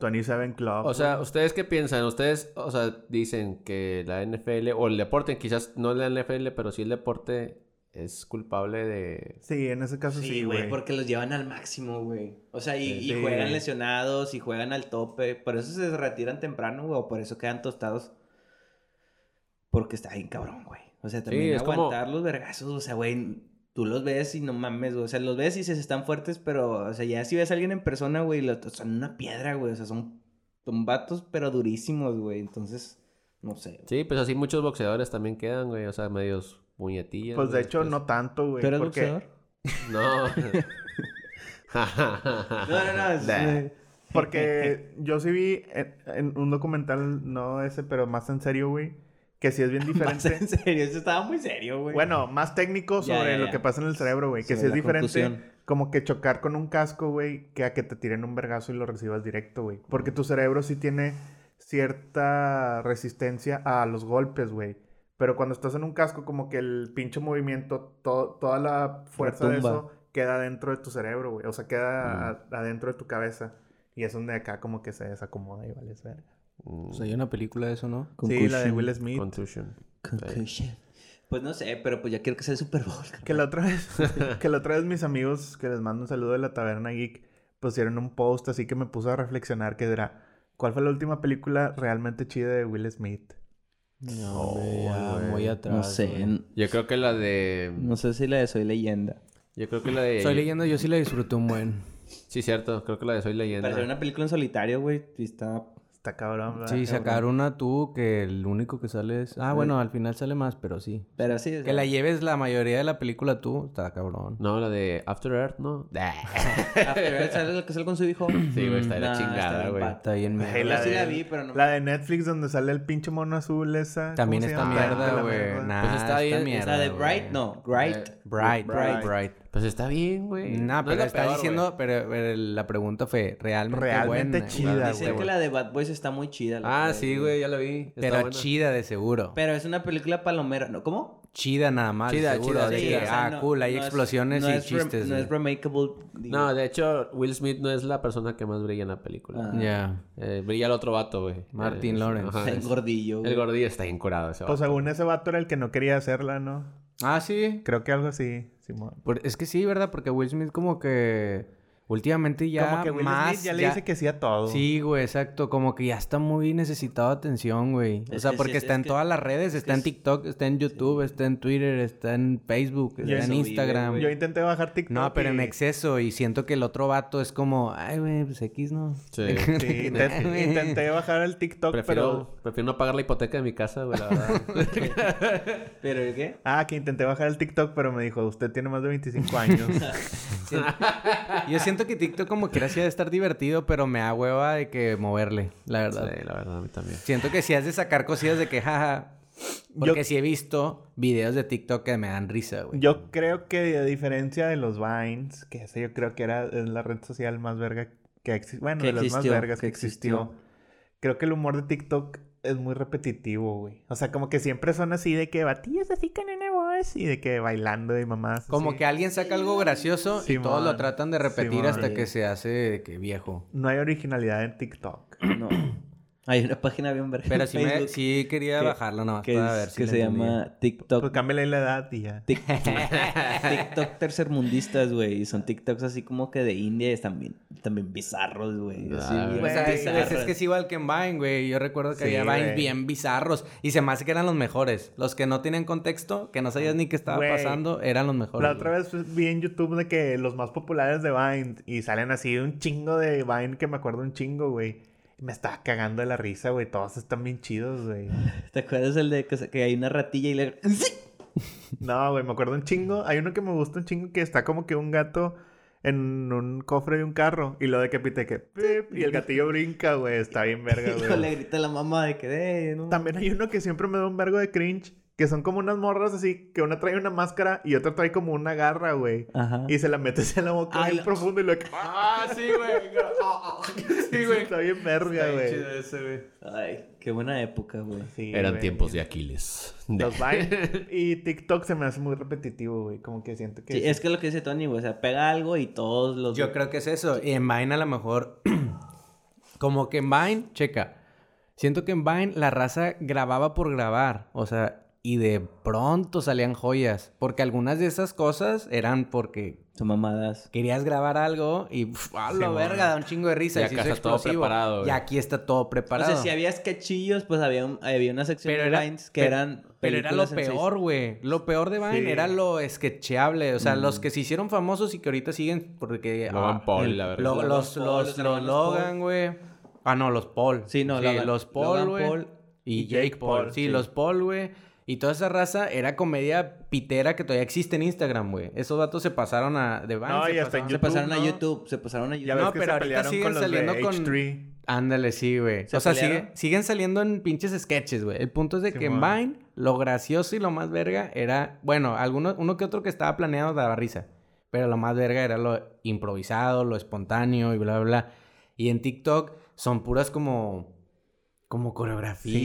Tony Seven Club.
O sea, ¿ustedes qué piensan? ¿Ustedes, o sea, dicen que la NFL o el deporte, quizás no la NFL, pero sí el deporte es culpable de...
sí, en ese caso sí, güey.
porque los llevan al máximo, güey. O sea, y,
Sí,
y
sí,
juegan
güey.
lesionados y juegan al tope. Por eso se retiran temprano, güey, o por eso quedan tostados. Porque está bien cabrón, güey. O sea, también
es como-
aguantar los vergazos, o sea, güey, tú los ves y no mames, güey. O sea, los ves y se están fuertes, pero, o sea, ya si ves a alguien en persona, güey, lo- son una piedra, güey. O sea, son, son vatos, pero durísimos, güey. Entonces, no sé. güey.
Sí, pues así muchos boxeadores también quedan, güey. O sea, medios puñetillas.
Pues de
güey,
hecho
pues-
no tanto, güey.
¿Tú eres
porque-
boxeador?
No.
No, no, no. es-
Nah. Porque yo sí vi en, en un documental, no ese, pero más en serio, güey, que sí es bien
Más en
diferente.
serio, eso estaba muy serio, güey.
bueno, más técnico
Ya,
sobre
ya,
lo
ya.
que pasa en el cerebro, güey. Que
Sobre
sí es
la
diferente
concusión.
como que chocar con un casco, güey, que a que te tiren un vergazo y lo recibas directo, güey. Porque tu cerebro sí tiene cierta resistencia a los golpes, güey. Pero cuando estás en un casco, como que el pinche movimiento, to- toda la fuerza de
Retumba.
eso queda dentro de tu cerebro, güey. O sea, queda a- adentro de tu cabeza. Y es donde acá como que se desacomoda y vale verga.
Mm,
Pues hay una película de eso, ¿no?
Sí, la de
Concussion.
Will Smith.
Contusion.
Concussion. Pues no sé, pero pues ya quiero que sea el Super Bowl.
Que la otra vez, que la otra vez mis amigos, que les mando un saludo de la Taberna Geek, pusieron un post así que me puso a reflexionar que era, ¿cuál fue la última película realmente chida de Will Smith?
No, hombre, ya muy atrás.
No sé,
güey.
n-
Yo creo que la de.
no sé si la de Soy Leyenda.
Yo creo que la de.
Soy leyendo, yo sí la disfruté un buen.
Sí, cierto. Creo que la de Soy Leyenda.
Para hacer una película en solitario, güey, y está...
Está cabrón, ¿verdad?
Sí,
Cabrón.
sacar una tú que el único que sale es... Ah, bueno, al final sale más, pero sí.
Pero sí, o
Que
sea,
la lleves la mayoría de la película tú, está cabrón.
No, la de After Earth, ¿no?
After Earth sale lo que sale con su hijo. Mm,
Sí, güey, está de la
Nah,
chingada,
está bien
güey.
pato.
Está bien,
Ay,
mierda.
Yo
la
sí
de-
la vi, pero no...
La de Netflix donde sale el pinche mono azul esa. ¿cómo
También
se
está
llama?
mierda,
La
güey.
mierda.
Nah,
Pues está
está,
bien.
mierda,
la de
güey.
Bright, no, Bright.
Bright,
Bright.
Bright, Bright.
Pues está bien, güey.
Nah,
No es
pero
la
está
peor,
diciendo...
güey.
Pero, pero la pregunta fue realmente,
Realmente
buena.
chida,
güey.
Dicen que la de Bad Boys está muy chida. la
Ah,
que-
sí, güey, ya la vi. Está
Pero
buena.
chida de seguro.
Pero es una película palomera, ¿no? ¿Cómo?
Chida nada más,
Chida,
de seguro.
chida,
de
sí,
que,
o
ah, cool, hay explosiones y chistes.
No
güey.
es remakeable. digo.
No, de hecho, Will Smith no es la persona que más brilla en la película.
Ya.
Eh, brilla el otro vato, güey.
Ah. Martin
Eh,
Lawrence.
ajá,
Está
es-
gordillo, güey.
El gordillo está bien curado ese
Pues
vato.
según ese vato era el que no quería hacerla, ¿no?
Ah, sí.
Creo que algo así, Simón.
Por- es que sí, ¿verdad? Porque Will Smith como que últimamente ya
como que Will
más...
Smith ya le dice que sí a todo.
Sí, güey, exacto. Como que ya está muy necesitado de atención, güey. O
Es
sea,
que sí,
porque
es-
está
es
en
que-
todas las redes.
que
Está en
es-
TikTok, está en YouTube, está en Twitter, está en Facebook,
Yo
está
eso
en
vive,
Instagram.
Yo intenté bajar TikTok.
No, pero en
y-
exceso. Y siento que el otro vato es como... Ay, güey, pues X no.
Sí.
Sí, intent- intenté bajar el TikTok, pero...
Prefiero, prefiero no pagar la hipoteca de mi casa, güey, la verdad.
¿Pero el qué?
Ah, que intenté bajar el TikTok, pero me dijo, usted tiene más de 25 años.
Yo siento que TikTok como que hacía de estar divertido, pero me da hueva de que moverle, la verdad.
sí, la verdad, a mí también.
Siento que si has de sacar cosillas de que jaja. Porque sí he visto videos de TikTok que me dan risa, güey.
yo creo que a diferencia de los Vines, que ese yo creo que era es la red social más verga que existió, bueno,
Que
de las más
existió,
vergas
que
que existió.
existió.
Creo que el humor de TikTok es muy repetitivo, güey. O sea, como que siempre son así de que batillas así con nene voz y de que bailando y mamás.
Como
así.
que alguien saca algo gracioso y
Simón.
todos lo tratan de repetir
Simón.
hasta que se hace de que viejo.
No hay originalidad en TikTok.
No. Hay una página bien verga.
Pero
en
sí, me-
Facebook
sí quería
que-
bajarlo nomás
que,
para
es-
ver si
que
le
se
entendía.
llama
Pues
TikTok.
cámbiale la edad y ya.
Tik- TikTok tercermundistas, güey. Y son TikToks así como que de India y están bien, también bizarros, güey. así
Ah,
bien
O sea, pues, es,
bizarros.
es- es que es igual que en Vine, güey. Yo recuerdo que
Sí,
había Vines
güey.
bien bizarros. Y se me hace que eran los mejores. Los que no tenían contexto, que no sabías ni qué estaba
Ah, Güey.
pasando, eran los mejores.
La otra
güey.
vez pues, vi en YouTube de que los más populares de Vine y salen así un chingo de Vine que me acuerdo un chingo, güey. Y Me estaba cagando de la risa, güey. Todos están bien chidos, güey.
¿Te acuerdas el de que, se- que hay una ratilla y le...
No, güey, me acuerdo un chingo. Hay uno que me gusta un chingo que está como que un gato en un cofre de un carro y lo de que pite que pip, y el gatillo brinca, güey. Está bien verga,
Y luego le
güey.
grita a la mamá de que... "Eh, no".
También hay uno que siempre me da un vergo de cringe, que son como unas morras así, que una trae una máscara y otra trae como una garra, güey.
Ajá.
Y se la metes en la boca
Ay,
bien
la-
profundo y lo que...
Ah, sí, güey. Ah, ah. Sí, güey.
Está bien verga,
Está bien chido
güey.
ese, güey.
Ay, qué buena época, güey.
Sí,
Eran
güey.
tiempos de Aquiles.
Los Vine y TikTok se me hace muy repetitivo, güey. Como que siento que...
Sí, es que lo que dice Tony, güey. O sea, pega algo y todos los...
Yo creo que es eso. Y en Vine a lo mejor. como que en Vine, checa. Siento que en Vine la raza grababa por grabar. O sea, y de pronto salían joyas. Porque algunas de esas cosas eran porque
Son mamadas.
querías grabar algo y pf, a la verga, da un chingo de risa.
Y
y
acá
se hizo
está todo
explosivo.
preparado,
Y
güey.
aquí está todo
O
preparado.
sea, si había sketchillos, pues había, un- había una sección
Pero
de
era-
Vines que
pe-
eran...
Pero era lo
películas en seis-
peor, güey. Lo peor de Vine
Sí.
era lo sketcheable. O sea, los
Mm.
que se hicieron famosos y que ahorita siguen porque...
Logan
ah,
Paul, la verdad.
lo-
Logan
los
Paul,
los,
los
los
hermanos
Logan, güey. Ah, no, los Paul.
Sí, no, Logan-
los
Logan
Paul,
Paul
güey. Y Jake Paul. sí,
sí.
los Paul, güey. Y toda esa raza era comedia pitera que todavía existe en Instagram, güey. Esos datos se pasaron a... De Vine,
No,
se
y hasta en
pasaron-
Se
YouTube,
pasaron a
¿no?
YouTube, se pasaron a
Ya
YouTube.
ves
No,
que
pero
se
ahorita
pelearon
siguen
con los
saliendo
de
con-
H3.
Ándale, sí, güey.
¿Se
o sea,
pelearon?
sigue- siguen saliendo en pinches sketches, güey. El punto es de que en
Simón.
Vine, lo gracioso y lo más verga era, bueno, alguno, uno que otro que estaba planeado daba risa. Pero lo más verga era lo improvisado, lo espontáneo y bla, bla, bla. Y en TikTok son puras como. Como coreografías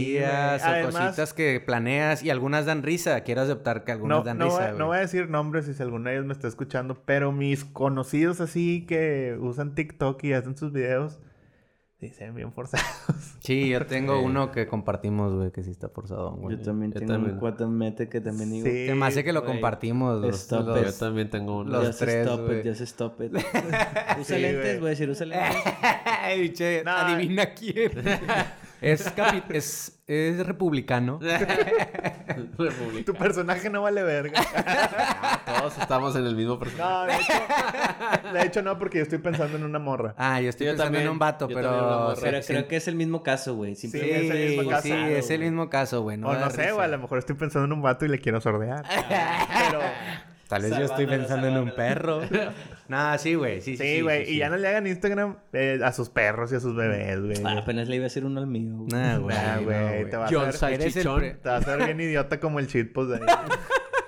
Sí,
o
güey. Además-
cositas que planeas y algunas dan risa. Quiero aceptar que algunas
No,
dan
no voy-
risa,
no voy
güey.
a decir nombres y si alguno de ellos me está escuchando, pero mis conocidos así que usan TikTok y hacen sus videos, sí, se ven bien forzados.
Sí, yo tengo uno que compartimos, güey, que sí está forzado, güey.
Yo también
Yo
tengo
también.
un cuate en mete que también digo...
Sí,
Se me hace que lo
güey.
compartimos. los-
Stop
los-
Yo también tengo uno.
los
just
tres,
stop
güey.
it, just stop it. Usa
Sí,
lentes,
güey.
voy a decir, usa lentes.
Ay, che,
No.
adivina quién. es, capi- es, es republicano.
Tu personaje no vale verga.
Todos estamos en el mismo personaje.
No, de hecho, de hecho no, porque yo estoy pensando en una morra.
Ah, yo estoy
Yo
pensando
también,
en un vato,
yo
pero.
también una morra.
sí,
Pero
sí,
creo que es el mismo caso, güey.
Sí,
Simplemente
es el mismo
sí,
caso.
es el mismo caso, güey.
o
da
no sé,
risa.
o a lo mejor estoy pensando en un vato y le quiero sordear. Pero
Tal vez yo estoy
Salvándolo,
pensando en un perro. Nada, sí, güey. Sí, sí,
sí, güey. y ya no le hagan Instagram eh, a sus perros y a sus bebés, güey.
Ah, apenas le iba a hacer uno al mío. güey.
Nah, güey.
Nah,
no,
güey,
güey.
te vas a
John
ver-
Eres el
Salchichón.
pre-
Te vas a ver bien idiota como el shitpost de ahí.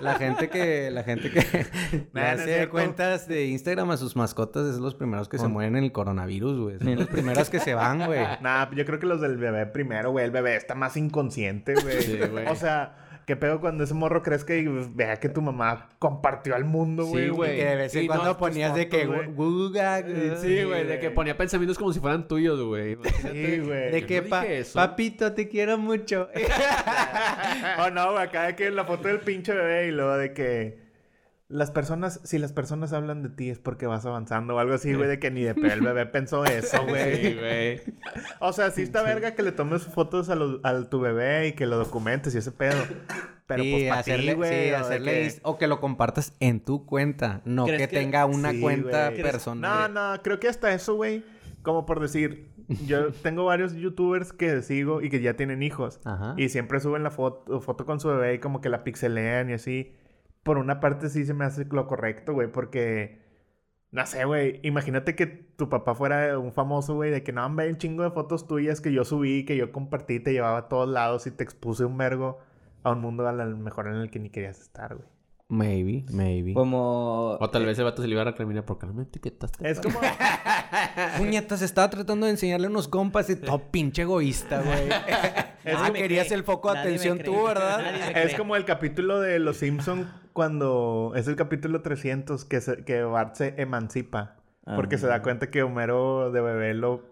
La gente que. La gente que. le
no es
hace
cierto.
cuentas de Instagram a sus mascotas es los primeros que se mueren en el coronavirus, güey. Son los primeros que se van, güey.
Nah, yo creo que los del bebé primero, güey. El bebé está más inconsciente, güey.
Sí, güey.
O sea, qué pedo cuando ese morro crezca y vea que tu mamá compartió al mundo, güey.
Sí, güey.
Que de vez en
Sí, no,
cuando
es que es
ponías de
tonto,
que.
güey.
Eh,
"Guga, guga".
Sí, güey, de que ponía pensamientos como si fueran tuyos, güey.
Sí, güey.
De que
no
pa-
dije eso.
papito, te quiero mucho.
Oh, no, güey. Acá de que la foto del pinche bebé y luego de que... Las personas... Si las personas hablan de ti es porque vas avanzando o algo así, güey. De que ni de pedo el bebé pensó eso, güey.
Sí, güey.
O sea, sí está verga que le tomes fotos a, los- a tu bebé y que lo documentes y ese pedo. Pero
Sí,
pues para
hacerle,
ti, güey.
sí,
o de
hacerle
que-
inst- o que lo compartas en tu cuenta, no que,
¿Crees que-
tenga una
Sí,
cuenta
güey.
personal.
No, no, creo que hasta eso, güey. Como por decir, yo tengo varios youtubers que sigo y que ya tienen hijos.
Ajá.
Y siempre suben la foto, foto con su bebé y como que la pixelean y así. Por una parte sí se me hace lo correcto, güey, porque... No sé, güey. Imagínate que tu papá fuera un famoso, güey, de que no, hombre, hay un chingo de fotos tuyas que yo subí, que yo compartí, te llevaba a todos lados y te expuse un vergo a un mundo a lo mejor en el que ni querías estar, güey.
Maybe, maybe.
Como.
O tal vez el vato se le iba a recriminar porque no me etiquetaste.
Es como.
Ah, Puñetas, estaba tratando de enseñarle unos compas y todo pinche egoísta, güey. ah,
me
querías
cree.
el foco de
Nadie me
atención
cree.
tú,
Nadie
¿verdad?
me
Es
cree.
como el capítulo de Los Simpson cuando es el capítulo 300 que, se- que Bart se emancipa. Porque
Ah.
se da cuenta que Homero de bebé lo,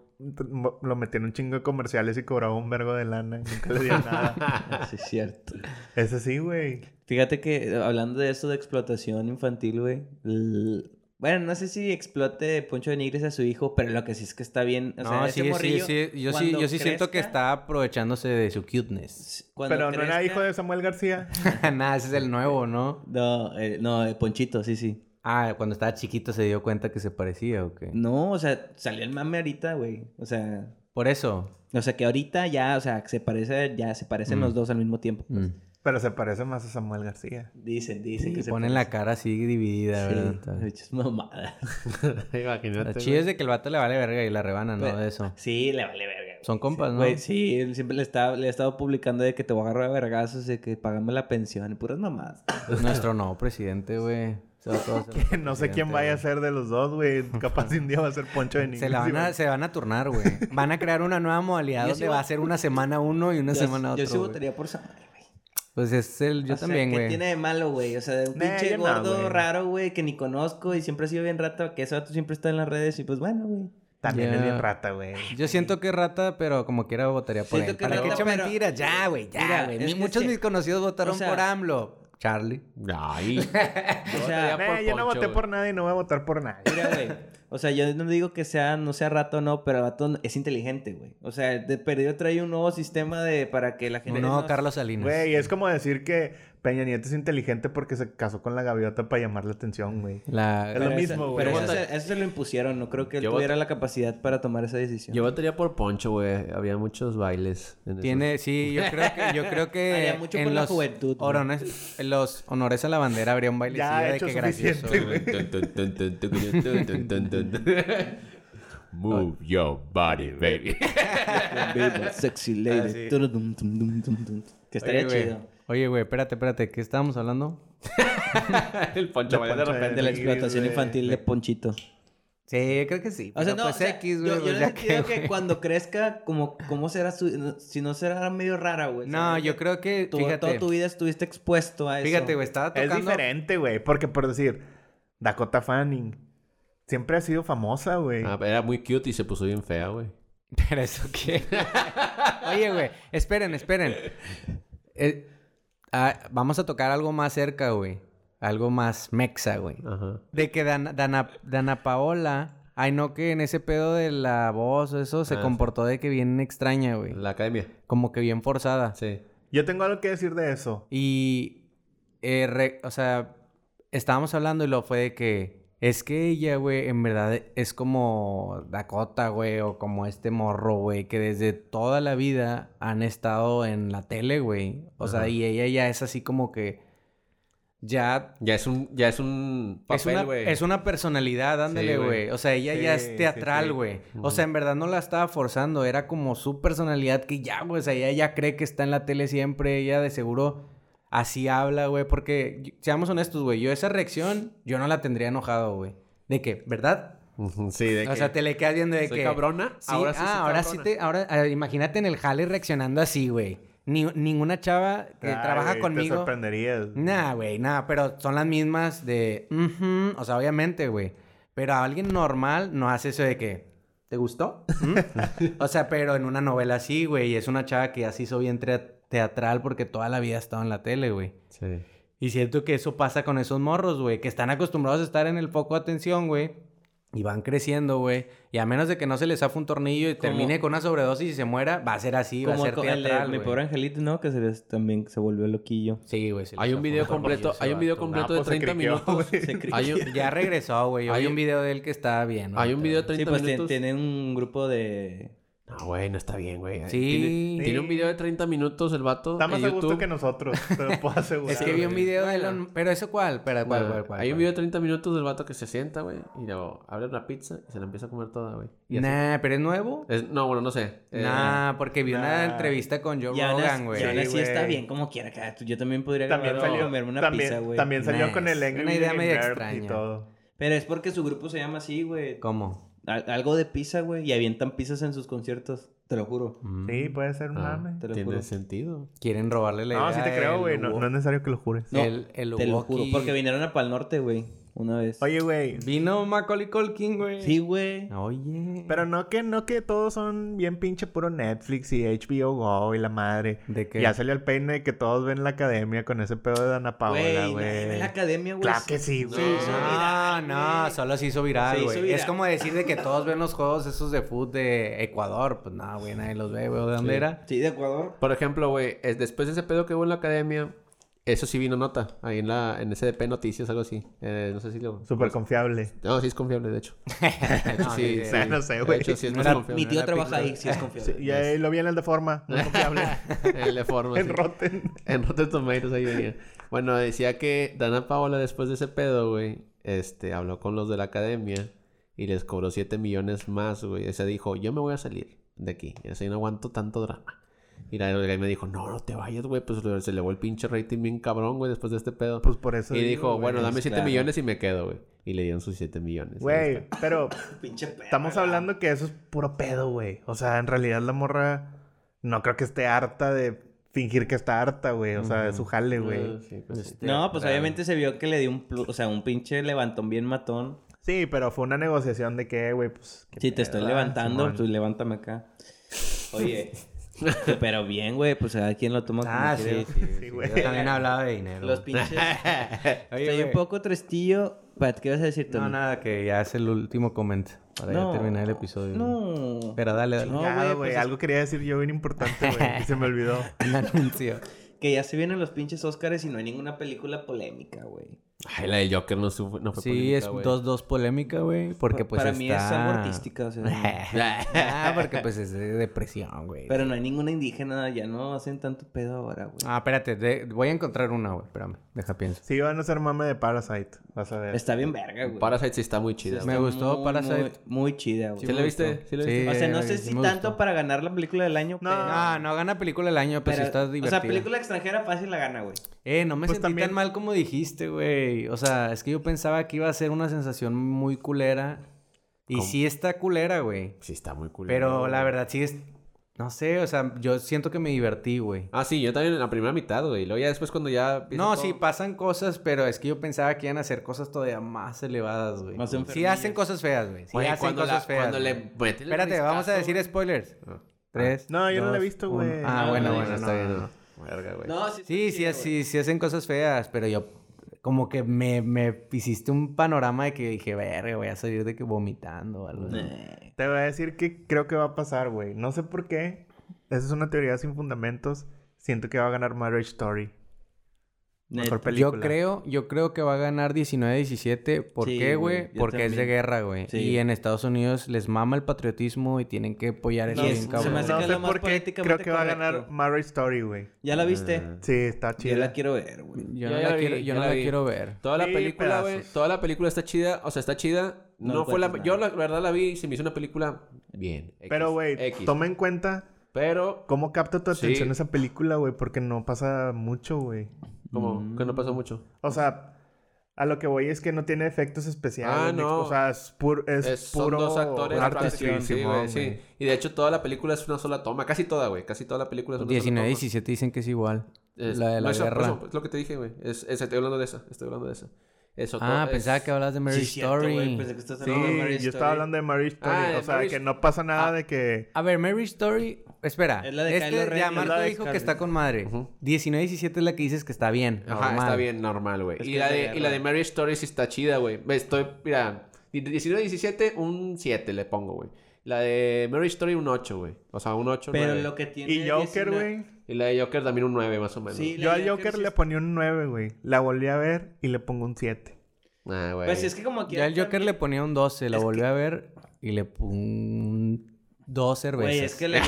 lo metió en un chingo de comerciales y cobraba un vergo de lana. y nunca le dio nada.
Ah, Sí, es cierto.
Es así, güey.
Fíjate que eh, hablando de eso de explotación infantil, güey. l- Bueno, no sé si explote Poncho de Nigres a su hijo, pero lo que sí es que está bien. O sea,
no,
ese
sí, sí,
morrillo,
sí. Yo sí,
cuando
yo sí siento que
crezca-
está aprovechándose de su cuteness.
s- cuando
Pero no era
crezca-
hijo de Samuel García.
Nada, ese es el nuevo, ¿no?
No, eh, no, de Ponchito, sí, sí.
Ah, cuando estaba chiquito se dio cuenta que se parecía, ¿o qué?
No, o sea, salió el mame ahorita, güey. O sea,
Por eso.
o sea que ahorita ya, o sea, que se parece, ya se parecen
Mm.
los dos al mismo tiempo. pues.
Mm.
Pero se parece más a Samuel García.
Dicen, dicen que
Y
se
ponen la cara así dividida,
parecen. Sí,
¿verdad?
es mamada.
Lo
Imagínate.
chido es de que el vato le vale verga y la rebana, ¿no?
Pero-
De eso.
Sí, le vale verga. güey.
Son compas,
Sí,
¿no?
güey, sí, él siempre le, está, le ha estado publicando de que te voy a agarrar a vergazos, de que pagame la pensión y puras mamadas.
Nuestro nuevo presidente, güey. Se va a todo hacer
No sé quién
presidente,
vaya a
güey.
ser de los dos, güey. Capaz un día va a ser Poncho de Nigris.
Se, la van a,
güey.
se van a turnar, güey. Van a crear una nueva modalidad
Yo sí
donde
voy-
va a ser una semana uno y una
yo,
semana otro.
Yo sí
güey.
votaría por Samuel, güey.
Pues es el. Yo
O sea,
también,
¿Qué
güey.
tiene de malo, güey? O sea, de un
Nah,
pinche
yo no,
gordo
güey.
raro, güey, que ni conozco y siempre ha sido bien rato, que ese vato siempre está en las redes y pues bueno, güey.
También es
Ya.
bien rata, güey.
Yo siento que es rata, pero como quiera votaría por
Siento
él.
que
¿Para
es
qué
rata,
echa
pero-
mentiras? Ya, güey,
Mira,
ya, güey.
es
Mi-
que
Muchos
sí.
de mis conocidos votaron
O sea-
por AMLO. Charlie.
Ay.
O sea,
Nah, yo no voté por nadie y no voy a votar por nadie.
Mira, güey. O sea, yo no digo que sea, no sea rato o no, pero el vato es inteligente, güey. O sea, de perdido trae un nuevo sistema de para que la gente.
No, Carlos Salinas.
Güey, es como decir que Peña Nieto es inteligente porque se casó con la gaviota para llamar la atención, güey.
La-
Es lo mismo, güey.
Pero
Yo
eso,
voto-
se, eso se lo impusieron, no creo que él
Yo
tuviera la capacidad para tomar esa decisión.
Yo votaría por Poncho, güey. Había muchos bailes. en esos-
Tiene, sí, yo creo que, yo creo que
Haría mucho por la juventud, güey.
honores, en los honores a la bandera habría un bailecillo
Ya,
de
hecho
que gracioso.
suficiente,
güey.
Move your body, baby.
Baby, sexy lady. Turudum, tum, dum, dum, dum. Que estaría
Ah, Oye, güey.
chido.
Oye, güey, espérate, espérate, ¿qué estábamos hablando?
El
De
Poncho, baila de
Poncho de
repente.
De la
Sí,
explotación
güey.
infantil de Ponchito.
Sí, creo que sí.
O sea,
pero
no,
pues
o sea,
X, güey,
yo, yo
pues
en
ya
el sentido
que,
que cuando crezca, como, ¿cómo será su... no, Si no será medio rara, güey.
No, yo creo que,
que... tú-
fíjate,
Toda tu vida estuviste expuesto a eso.
fíjate, güey, estaba
Es
tocando...
diferente, güey. Porque por decir, Dakota Fanning siempre ha sido famosa, güey.
Ah, era muy cute y se puso bien fea, güey.
Pero eso qué. Oye, güey, esperen, esperen. Eh, ah, vamos a tocar algo más cerca, güey. Algo más mexa, güey.
Ajá.
De que Dan- Dana, Dana Paola... Ay, no, que en ese pedo de la voz o eso se
Ah, sí.
comportó de que bien extraña, güey.
La academia.
Como que bien forzada.
Sí.
Yo tengo algo que decir de eso.
Y, eh, re- o sea, estábamos hablando y lo fue de que es que ella, güey, en verdad es como Dakota, güey, o como este morro, güey, que desde toda la vida han estado en la tele, güey. O sea,
Ajá.
y ella ya es así como que ya...
Ya es un, ya es un
es
papel,
una-
güey.
es una personalidad, ándale,
Sí, güey.
güey. O sea, ella ya
Sí,
es
sí, sí.
teatral, güey. O sea, en verdad no la estaba forzando. Era como su personalidad que ya, güey. O sea, ella ya cree que está en la tele siempre. Ella de seguro así habla, güey. Porque, y- seamos honestos, güey. Yo esa reacción, yo no la tendría enojado, güey. De que, ¿verdad?
Ujú, Sí, de
O
que
sea, te le quedas viendo de
soy
que...
cabrona,
Sí,
ahora sí
ah,
soy
ahora sí
cabrona.
te... Ahora, ah, imagínate en el jale reaccionando así, güey. Ni- ninguna chava que
Ay,
trabaja
güey, Te
conmigo...
sorprenderías.
Nah, güey, nada, pero son las mismas de. "Ujú", O sea, obviamente, güey. Pero a alguien normal no hace eso de que. ¿Te gustó? ¿Mm?". o sea, pero en una novela así, güey. Y es una chava que ya se hizo bien trea- teatral porque toda la vida ha estado en la tele, güey.
Sí.
Y siento que eso pasa con esos morros, güey, que están acostumbrados a estar en el foco de atención, güey. Y van creciendo, güey. Y a menos de que no se les zafe un tornillo y
Como-
termine con una sobredosis y se muera, va a ser así, va a
Como
ser
co- el de
teatral,
mi
güey.
pobre angelito, ¿no? Que se les- también se volvió loquillo.
Sí, güey. se les
Hay un
zafó
video
tornillo
completo,
ese
hay un video
vato, güey.
completo
Ah,
de
pues, se
30
criqueó,
minutos.
Se cri-
Hay un,
Ya regresó, güey. Yo
Hay
vi
un-
un video de él que estaba bien.
hay
ahorita,
un video de
güey.
Sí,
30
pues te-
minutos.
tiene un grupo de
No, güey, no está bien, güey.
Sí.
Tiene, tiene un video de 30 minutos el vato.
Está más
en
a gusto
YouTube.
que nosotros, te lo puedo asegurar.
Es que vi un
güey.
video de Elon... ¿Pero eso cuál? Espera, ¿cuál,
No,
cuál, cuál?
hay un
cuál?
video de 30 minutos del vato que se sienta, güey, y luego abre una pizza y se la empieza a comer toda, güey. Y así.
Nah, ¿pero es nuevo?
Es- no, bueno, no sé. Eh,
nah, porque vi una
nah.
entrevista con Joe
Y aún
Rogan,
así- y aún
güey.
así
güey.
está bien como quiera. cara, tú- Yo también podría
También
grabar o
salió,
comerme una
también,
pizza, güey.
también salió
Nah,
con el
es
Angry
una idea
Video
medio
Bird
extraña.
y todo.
Pero es porque su grupo se llama así, güey.
¿Cómo?
Al- Algo de pizza, güey. Y avientan pizzas en sus conciertos. Te lo juro.
Mm.
Sí, puede ser un
Ah,
mame.
Te lo juro.
Tiene sentido.
Quieren robarle la idea.
No, sí te creo, güey. No, no es necesario que lo jures.
No,
el, el
Te lo juro.
Milwaukee.
Porque vinieron a Pal Norte, güey. Una vez.
Oye, güey.
Vino Macaulay Culkin, güey.
Sí, güey.
Oye.
Pero no que, no que todos son bien pinche puro Netflix y HBO Go y la madre.
¿De qué?
Ya salió el peine de que todos ven la academia con ese pedo de Ana Paola,
Güey, nadie ve
güey.
la academia, güey.
Claro que sí, güey.
No,
viral,
no,
güey.
solo se hizo
Se
viral,
hizo
güey. Es
viral.
como decir de que todos ven los juegos esos de fútbol de Ecuador. Pues no, güey, nadie los ve, güey. ¿De dónde era?
Sí, de Ecuador.
Por ejemplo, güey, es- después de ese pedo que hubo en la academia, eso sí vino nota. Ahí en la en SDP Noticias, algo así. Eh, no sé si lo.
Súper confiable.
No, sí es confiable, de hecho. De hecho,
No,
sí,
ni idea.
sí.
O sea, no sé,
De
güey.
hecho, sí es más
Era
confiable.
Mi tío
era
trabaja
pizza.
ahí, sí es
Sí,
confiable.
y ahí lo vi en el de forma. Muy confiable.
El de forma.
en
Pues sí.
Rotten.
En Rotten Tomatoes ahí venía. Bueno, decía que Dana Paola después de ese pedo, güey, este, habló con los de la academia y les cobró 7 millones más, güey. O sea, dijo, yo me voy a salir de aquí. O sea, yo no aguanto tanto drama. Y la el güey me dijo, no, no te vayas, güey. Pues le- se le fue el pinche rating bien cabrón, güey, después de este pedo.
Pues por eso.
y
digo,
dijo,
güey.
bueno, dame 7
claro.
millones y me quedo, güey. Y le dieron sus 7 millones. Ahí
Güey,
está.
pero
Pinche perra.
estamos hablando que eso es puro pedo, güey. O sea, en realidad la morra no creo que esté harta de fingir que está harta, güey. O sea, es su jale, güey.
Ah, sí, pues sí.
Este,
No, pues obviamente se vio que le dio un plus, o sea, un pinche levantón bien matón.
Sí, pero fue una negociación de que, güey, pues. qué
Si te
pedo,
estoy
ah,
levantando,
Simón.
tú levántame acá. Oye, pero bien, güey, pues a quien lo toma como
Ah,
quiere.
sí, sí.
Sí,
sí.
güey.
Yo también hablaba de dinero.
Los
güey. Oye,
pinches. Estoy un
güey.
poco tristillo. Pat, ¿qué vas a decir tú?
No, nada, que ya es el último comment para ya terminar el episodio.
No.
Pero dale, dale.
No,
Ya,
güey,
güey,
pues es-
algo quería decir yo bien importante, güey. y se me olvidó.
Un anuncio.
Que ya se vienen los pinches Oscars y no hay ninguna película polémica, güey.
Ay, la del Joker no, su- no fue
Sí,
polémica,
es
güey.
2-2 polémica, güey. Porque
Pa-
pues
Para
está...
mí es algo artística, o sea.
ah, porque pues es de depresión, güey.
pero no hay ninguna indígena, ya no hacen tanto pedo ahora, güey.
Ah, espérate. de- Voy a encontrar una, güey. Espérame. Deja pienso.
Sí, van a ser mame de Parasite. Vas a ver.
Está bien verga, güey.
Parasite sí está muy chida.
Me
Está
gustó
muy,
Parasite.
Muy, muy chida, güey.
¿Sí la viste?
gustó.
¿Sí la
Sí.
viste?
O sea, no
Eh,
sé
sí
si
me
tanto
gustó.
para ganar la película del año,
No,
pero...
No, no gana película del año, pero, sí
pero-
está divertido.
O sea, película extranjera fácil la gana, güey.
Eh, no me
Pues
sentí
también-
tan mal como dijiste, güey. O sea, es que yo pensaba que iba a ser una sensación muy culera. Y
¿Cómo?
sí está culera, güey.
Sí, está muy cool.
Pero la verdad sí es... No sé, o sea, yo siento que me divertí, güey.
Ah, sí, yo también en la primera mitad, güey. Luego ya después cuando ya... empieza
No,
todo-
sí, pasan cosas, pero es que yo pensaba que iban a hacer cosas todavía más elevadas, güey.
Más
Sí
enfermillas.
hacen cosas feas, güey. Sí
Güey,
hacen
cuando la-
cosas feas.
cuando le
güey.
meten el
Espérate, vamos a
riscazo,
decir
güey.
spoilers.
Ah.
Tres,
No, yo no la he
dos,
visto,
uno.
güey.
Ah,
No,
bueno,
no,
bueno,
está
no,
bien,
no.
no. Verga, güey.
No, sí.
Sí, sí, sí, sí hacen cosas feas, pero yo como que me, me hiciste un panorama de que dije, verga, voy a salir de que vomitando o algo así".
Eh,
Te voy a decir que creo que va a pasar, güey. No sé por qué. Esa es una teoría sin fundamentos. Siento que va a ganar Marriage Story. Mejor película.
Yo creo, yo creo que va a ganar 19-17. ¿Por
Sí,
qué,
güey,
güey?
yo
Porque es de
también.
guerra, güey.
Sí.
Y en Estados Unidos les mama el patriotismo y tienen que apoyar eso
No,
bien,
se
cabrón.
me hace
No
que
sé
lo más
por qué. Creo
políticamente
que va a ganar
correcto.
Marriage Story, güey.
¿Ya la viste?
Mm.
Sí, está
Yo la
chida.
quiero ver, güey.
Yo
Ya
no
la
la,
vi,
quiero,
ya
yo no
la
la
vi.
quiero ver.
Toda la
Sí,
película, güey.
pedazos.
Toda la película está chida. O sea, está chida.
No
No,
le
fue la...
cuentes
Yo
nada.
la verdad la vi y se me hizo una película... Bien. X,
Pero, güey,
X.
toma en cuenta
Pero...
cómo capta tu
Sí.
atención esa película, güey. Porque no pasa mucho, güey.
Como
Mm.
que no pasó mucho.
O sea, a lo que voy es que no tiene efectos especiales.
Ah, no.
O sea, es, puro es,
Es- son
puro
dos actores.
arte,
actuación, sí,
Simón,
güey, sí.
güey.
Y de hecho toda la película es una sola toma. Casi toda, güey. Casi toda la película es una sola
19
toma.
17 dicen que es igual.
Es-
la de la
no, eso-
guerra.
eso es lo que te dije, güey. Es, es- estoy hablando de esa. Estoy hablando de esa. Eso
ah,
todo-
pensaba
es-
que hablabas de Mary
Sí, cierto,
Story.
güey, pensé que estás
Sí,
hablando de Marriage
yo estaba
Story.
hablando de Marriage Story.
Ah,
o sea,
Marriage-
que no pasa nada de que...
A ver, Mary Story, espera.
Es la de Kylo
este,
Ren,
ya
es
Marco
la de
dijo que
Scarlett.
está con madre.
Ujú.
19 17 es la que dices que está bien.
Ajá, está
normal.
bien, normal, güey.
Es
Y,
que
la
es de
de- y la
guerra.
de Mary Story sí está chida, güey. Me Estoy, mira, 19-17, un 7 le pongo, güey. La de Mary Story, un 8, güey. O sea, un 8,
Pero
nueve.
lo que tiene...
Y Joker,
19
güey.
Y la de Joker también un 9, más o menos.
Sí, la
Yo a
Joker
Joker
sí
le
es-
ponía un 9, güey. La volví a ver y le pongo un 7.
Ah, güey.
Pues es que como que...
Ya el Joker le ponía un 12, la
Es
volví a ver y le puso un Dos cervezas.
Güey, es que la, la-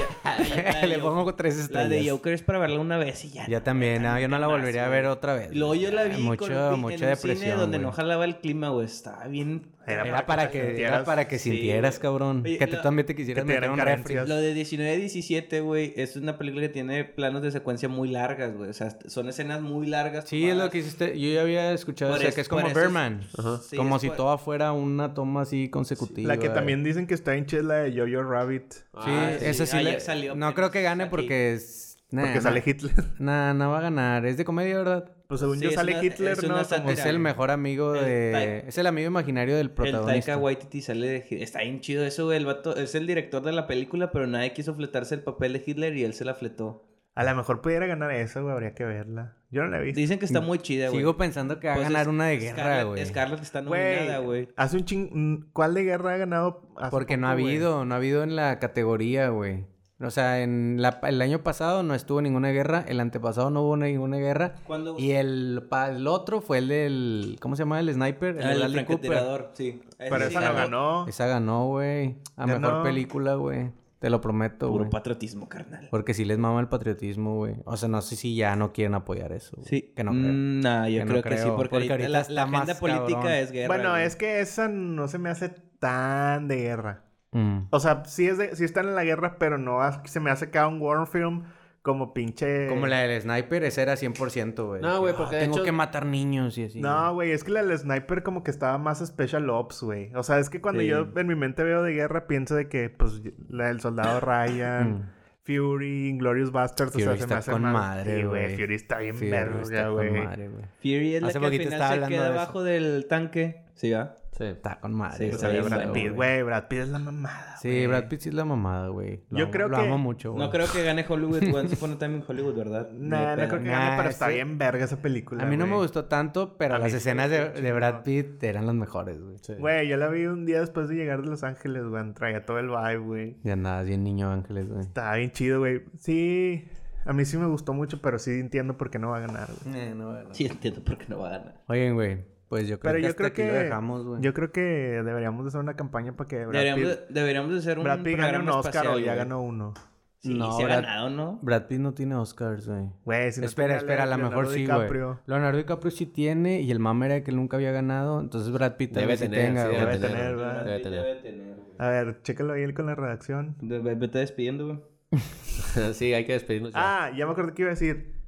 la de
Le
Joker-
pongo tres
la
estrellas.
de Joker es para verla una vez y ya.
Ya
no,
también,
ya
no, yo no la
más,
volvería a
güey.
ver otra vez.
Luego yo la vi con
Mucho-
un pi-
mucha
en un cine
depresión,
donde no
güey.
jalaba el clima, güey. Estaba bien.
Era para que, era para que
Sí,
sintieras,
güey.
cabrón.
Oye,
que tú
la-
también te quisieras
que te
meter
dieran
un refri.
carencias.
Lo de 19-17, güey, es una película que tiene planos de secuencia muy largas, güey. O sea, son escenas muy largas.
Sí, es lo que hiciste. Yo ya había escuchado.
Por
O sea,
es-
que es
por
como
eso es-
Birdman.
Sí,
como
es
si
por-
todo fuera una toma así consecutiva.
La que
güey.
también dicen que está en chida es la de Jojo Rabbit.
Sí,
Ah, sí,
esa sí.
ayer
le-
salió
no
apenas
creo que gane
aquí.
porque es. nah,
Porque
nah,
sale Hitler.
Nah, no va a ganar. Es de comedia, ¿verdad?
Pues según
Sí,
yo
es
sale
una-
Hitler,
es
¿no?
una
Como-
Mira,
es el mejor amigo
el
de.
Tai-
Es el amigo imaginario del
El Taika
protagonista.
Waititi sale de Hitler. Está bien chido eso, güey. El vato es el director de la película, pero nadie quiso fletarse el papel de Hitler y él se la fletó.
A lo mejor pudiera ganar eso, güey. Habría que verla. Yo no la he visto.
Dicen que está muy chida, güey.
Mm. Sigo pensando que va a
Pues
ganar
es-
una de guerra,
Scarlett-
güey.
Scarlett está
Güey,
nominada, güey.
hace un ching... mm, ¿Cuál de guerra ha ganado? hace
Porque no ha
poco, güey?
habido, no ha habido en la categoría, güey. O sea, en la- el año pasado no estuvo ninguna guerra, el antepasado no hubo ninguna guerra.
Cuando
Y el, pa- el otro fue el del. ¿Cómo se llama? El sniper.
Ah, el
Bradley
francotirador, sí.
Pero
Sí,
esa no ganó.
Esa ganó, güey. A
Ganó.
mejor película, güey. Te lo prometo,
Puro
güey.
patriotismo, carnal.
Porque si les mama el patriotismo, güey. O sea, no sé si ya no quieren apoyar eso. güey.
Sí.
Que no creo.
Mm, nah, yo
Que no
creo, que sí,
creo,
porque,
porque
ahorita,
ahorita
la,
está
la agenda
más
política
cabrón.
es guerra.
Bueno,
güey.
es que esa no se me hace tan de guerra.
Mm.
O sea, sí, es de, sí están en la guerra, pero no ha- se me hace cada un war film como pinche...
Como la del sniper, esa era 100%, güey.
No,
Que,
güey,
"Ah,
porque de
Tengo
hecho-
que matar niños y así.
No, güey, es que la del sniper como que estaba más special ops, güey. O sea, es que cuando
Sí.
yo en mi mente veo de guerra, pienso de que, pues, la del soldado Ryan,
Mm.
Fury, Inglorious Bastards, pues, o
Fury
sea, se
está
me hace
con
mal.
madre,
Sí,
güey.
Fury está bien
Sí, güey, está
verga,
con
güey.
madre, güey.
Fury es la
Hace
que al
poquito estaba
final se
hablando
queda
de eso.
abajo del tanque. Sí, va.
Está con madre.
Sí,
güey.
O sea, de
Sí,
Brad
güey.
Pitt, güey, Brad Pitt es la mamada.
Sí, Brad Pitt sí es la mamada, güey. Lo
Yo
amo-
creo
lo
que-
amo mucho, güey.
No creo que gane Hollywood. Once Upon a Time in Hollywood, ¿verdad? Ni
Nah,
de
no
pedo.
creo que
Nah,
gane, pero está
ese-
bien verga esa película,
A mí no me
güey.
gustó tanto, pero
A mí
las
sí me
escenas de,
gustó un
de Brad
chingo.
Pitt eran las mejores, güey.
Güey, yo la vi un día después de llegar de Los Ángeles, güey. Traía todo el vibe, güey.
Y andabas bien niño ángeles, güey.
Estaba bien chido, güey. Sí, a mí sí me gustó mucho, pero sí entiendo por qué Eh, no va a ganar, güey.
Sí, entiendo por qué no va a ganar.
Oigan, güey, pues yo creo
Pero
que
yo
hasta
creo
aquí
que
lo dejamos, güey.
yo creo que deberíamos de hacer una campaña para que Brad
Deberíamos,
Pitt,
de- deberíamos de hacer un
Brad Pitt gane un
programa
Oscar
espacial,
o ya
güey.
ganó uno.
Sí,
No,
se ha
Brad-
ganado, ¿no?
Brad Pitt no tiene Oscars, güey.
Güey, si no
espera,
tiene
espera, a lo
Leonardo
mejor sí, güey.
DiCaprio.
Leonardo DiCaprio sí tiene y el mame era que nunca había ganado, entonces Brad Pitt
Debe
debe sí
tener,
tenga,
sí,
güey.
Debe
Debe tener,
tener, ¿verdad?
debe tener.
tener, güey.
A ver, chécalo ahí él con la redacción.
Ve- ve- Vete despidiendo, güey.
sí, hay que despedirnos ya.
Ah, ya me acordé que iba a decir.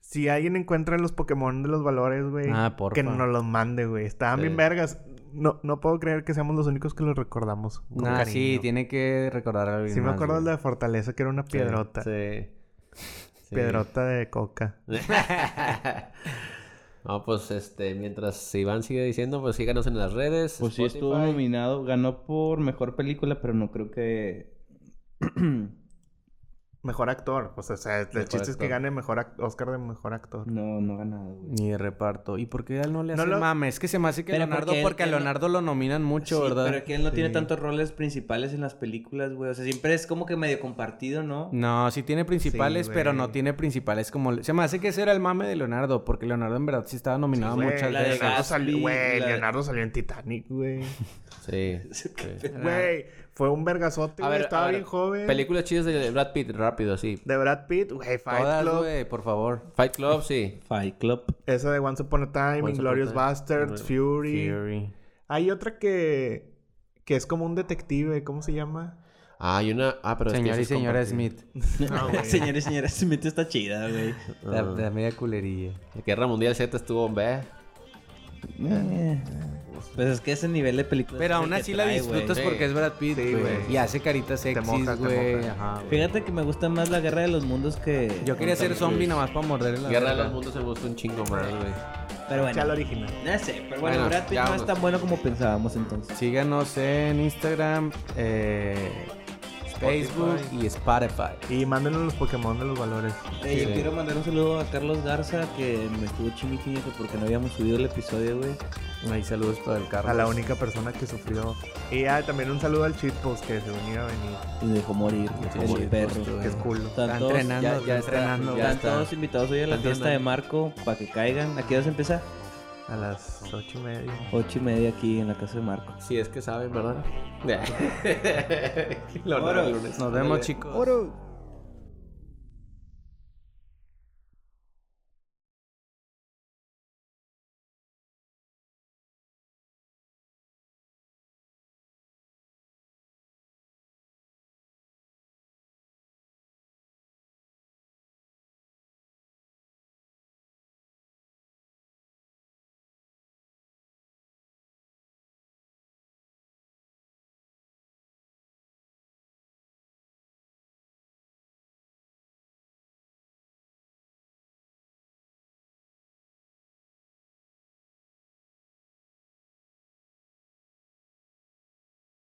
Si alguien encuentra los Pokémon de los valores, güey,
Ah, porfa.
que nos los mande, güey. Estaban
Sí.
bien vergas. No, no puedo creer que seamos los únicos que los recordamos. con
Nah, Ah, sí,
cariño.
tiene que recordar algo.
Sí me acuerdo de la de Fortaleza, que era una piedrota.
Sí. sí.
Piedrota de coca.
No, pues este, mientras Iván sigue diciendo, pues síganos en las redes.
Pues sí estuvo
Spotify.
nominado, ganó por mejor película, pero no creo que
Mejor actor. O sea, o sea, el
Mejor
chiste es que
actor.
gane mejor ac- Oscar de mejor actor.
no no ha ganado, güey.
Ni de reparto. ¿Y por qué a él no le
No
hace
lo-
mame? Es que se me hace que
Pero
Leonardo,
porque él-
porque a
él no-
Leonardo lo nominan mucho,
Sí,
¿verdad?
Pero que él no tiene tantos roles principales en las películas, güey. O sea, siempre es como que medio compartido, ¿no?
No, sí tiene principales,
Sí,
pero
güey.
no tiene principales como... Se me hace que ese era el mame de Leonardo, porque Leonardo en verdad sí estaba nominado
Güey,
muchas
la de
veces.
Leonardo
Gatsby,
salió, güey,
la de-
Leonardo salió en Titanic, güey.
Sí. sí.
Güey, fue un vergazote, este
A
güey.
ver,
Estaba
a ver,
bien joven.
Películas chidas de Brad Pitt, rápido, sí.
De Brad Pitt, güey, Fight
Todas,
Club.
güey, por favor.
Fight Club, sí.
Fight Club.
Esa de Once Upon a Time,
Upon a
Inglorious
Time.
Bastards, Fury.
Fury.
Hay otra que... Que es como un detective, ¿cómo se llama?
Ah, hay una. Ah, pero es que
Señor
eso
y
es
señora
compartido.
Smith. Ah,
Señores, señores, se mete esta chida, güey.
La, la media culerilla.
Pues
La Guerra Mundial Z estuvo en B.
Pues es que ese nivel de película.
Pero aún así la disfrutas
Sí.
porque es Brad Pitt,
Sí,
güey.
güey.
y hace caritas
mojas,
sexys,
te
güey.
mojas.
Ajá, güey.
Fíjate que me gusta más la guerra de los mundos que.
Yo quería ser zombie nomás para morder la
Guerra de
verga.
los Mundos se gustó un chingo más, güey.
Pero bueno.
Ya la original.
No sé, pero bueno,
Bueno,
Brad Pitt
ya
no es
vamos.
tan bueno como pensábamos entonces.
Síganos en Instagram, eh, Facebook y Spotify.
Y mándenos los Pokémon de los valores.
Eh, yo quiero mandar un saludo a Carlos Garza que me estuvo chimiquiño porque no habíamos subido el episodio, güey.
Ahí saludos para el carro.
A la única persona que sufrió. Y ah, también un saludo al Shitpost que se unía a venir.
Y me dejó morir,
Sí,
como
sí,
el perro.
justo, güey.
Que es culo.
Está
Están todos-
entrenando,
ya-
está
ya está,
entrenando.
ya
güey.
Están
está.
todos invitados hoy a la
Están
fiesta
tronando.
de Marco para que caigan. ¿A qué hora se empieza?
A las ocho y media.
Ocho y media aquí en la casa de Marco.
Si es que saben, ¿verdad?
Oro.
Nos vemos, chicos.
Oro.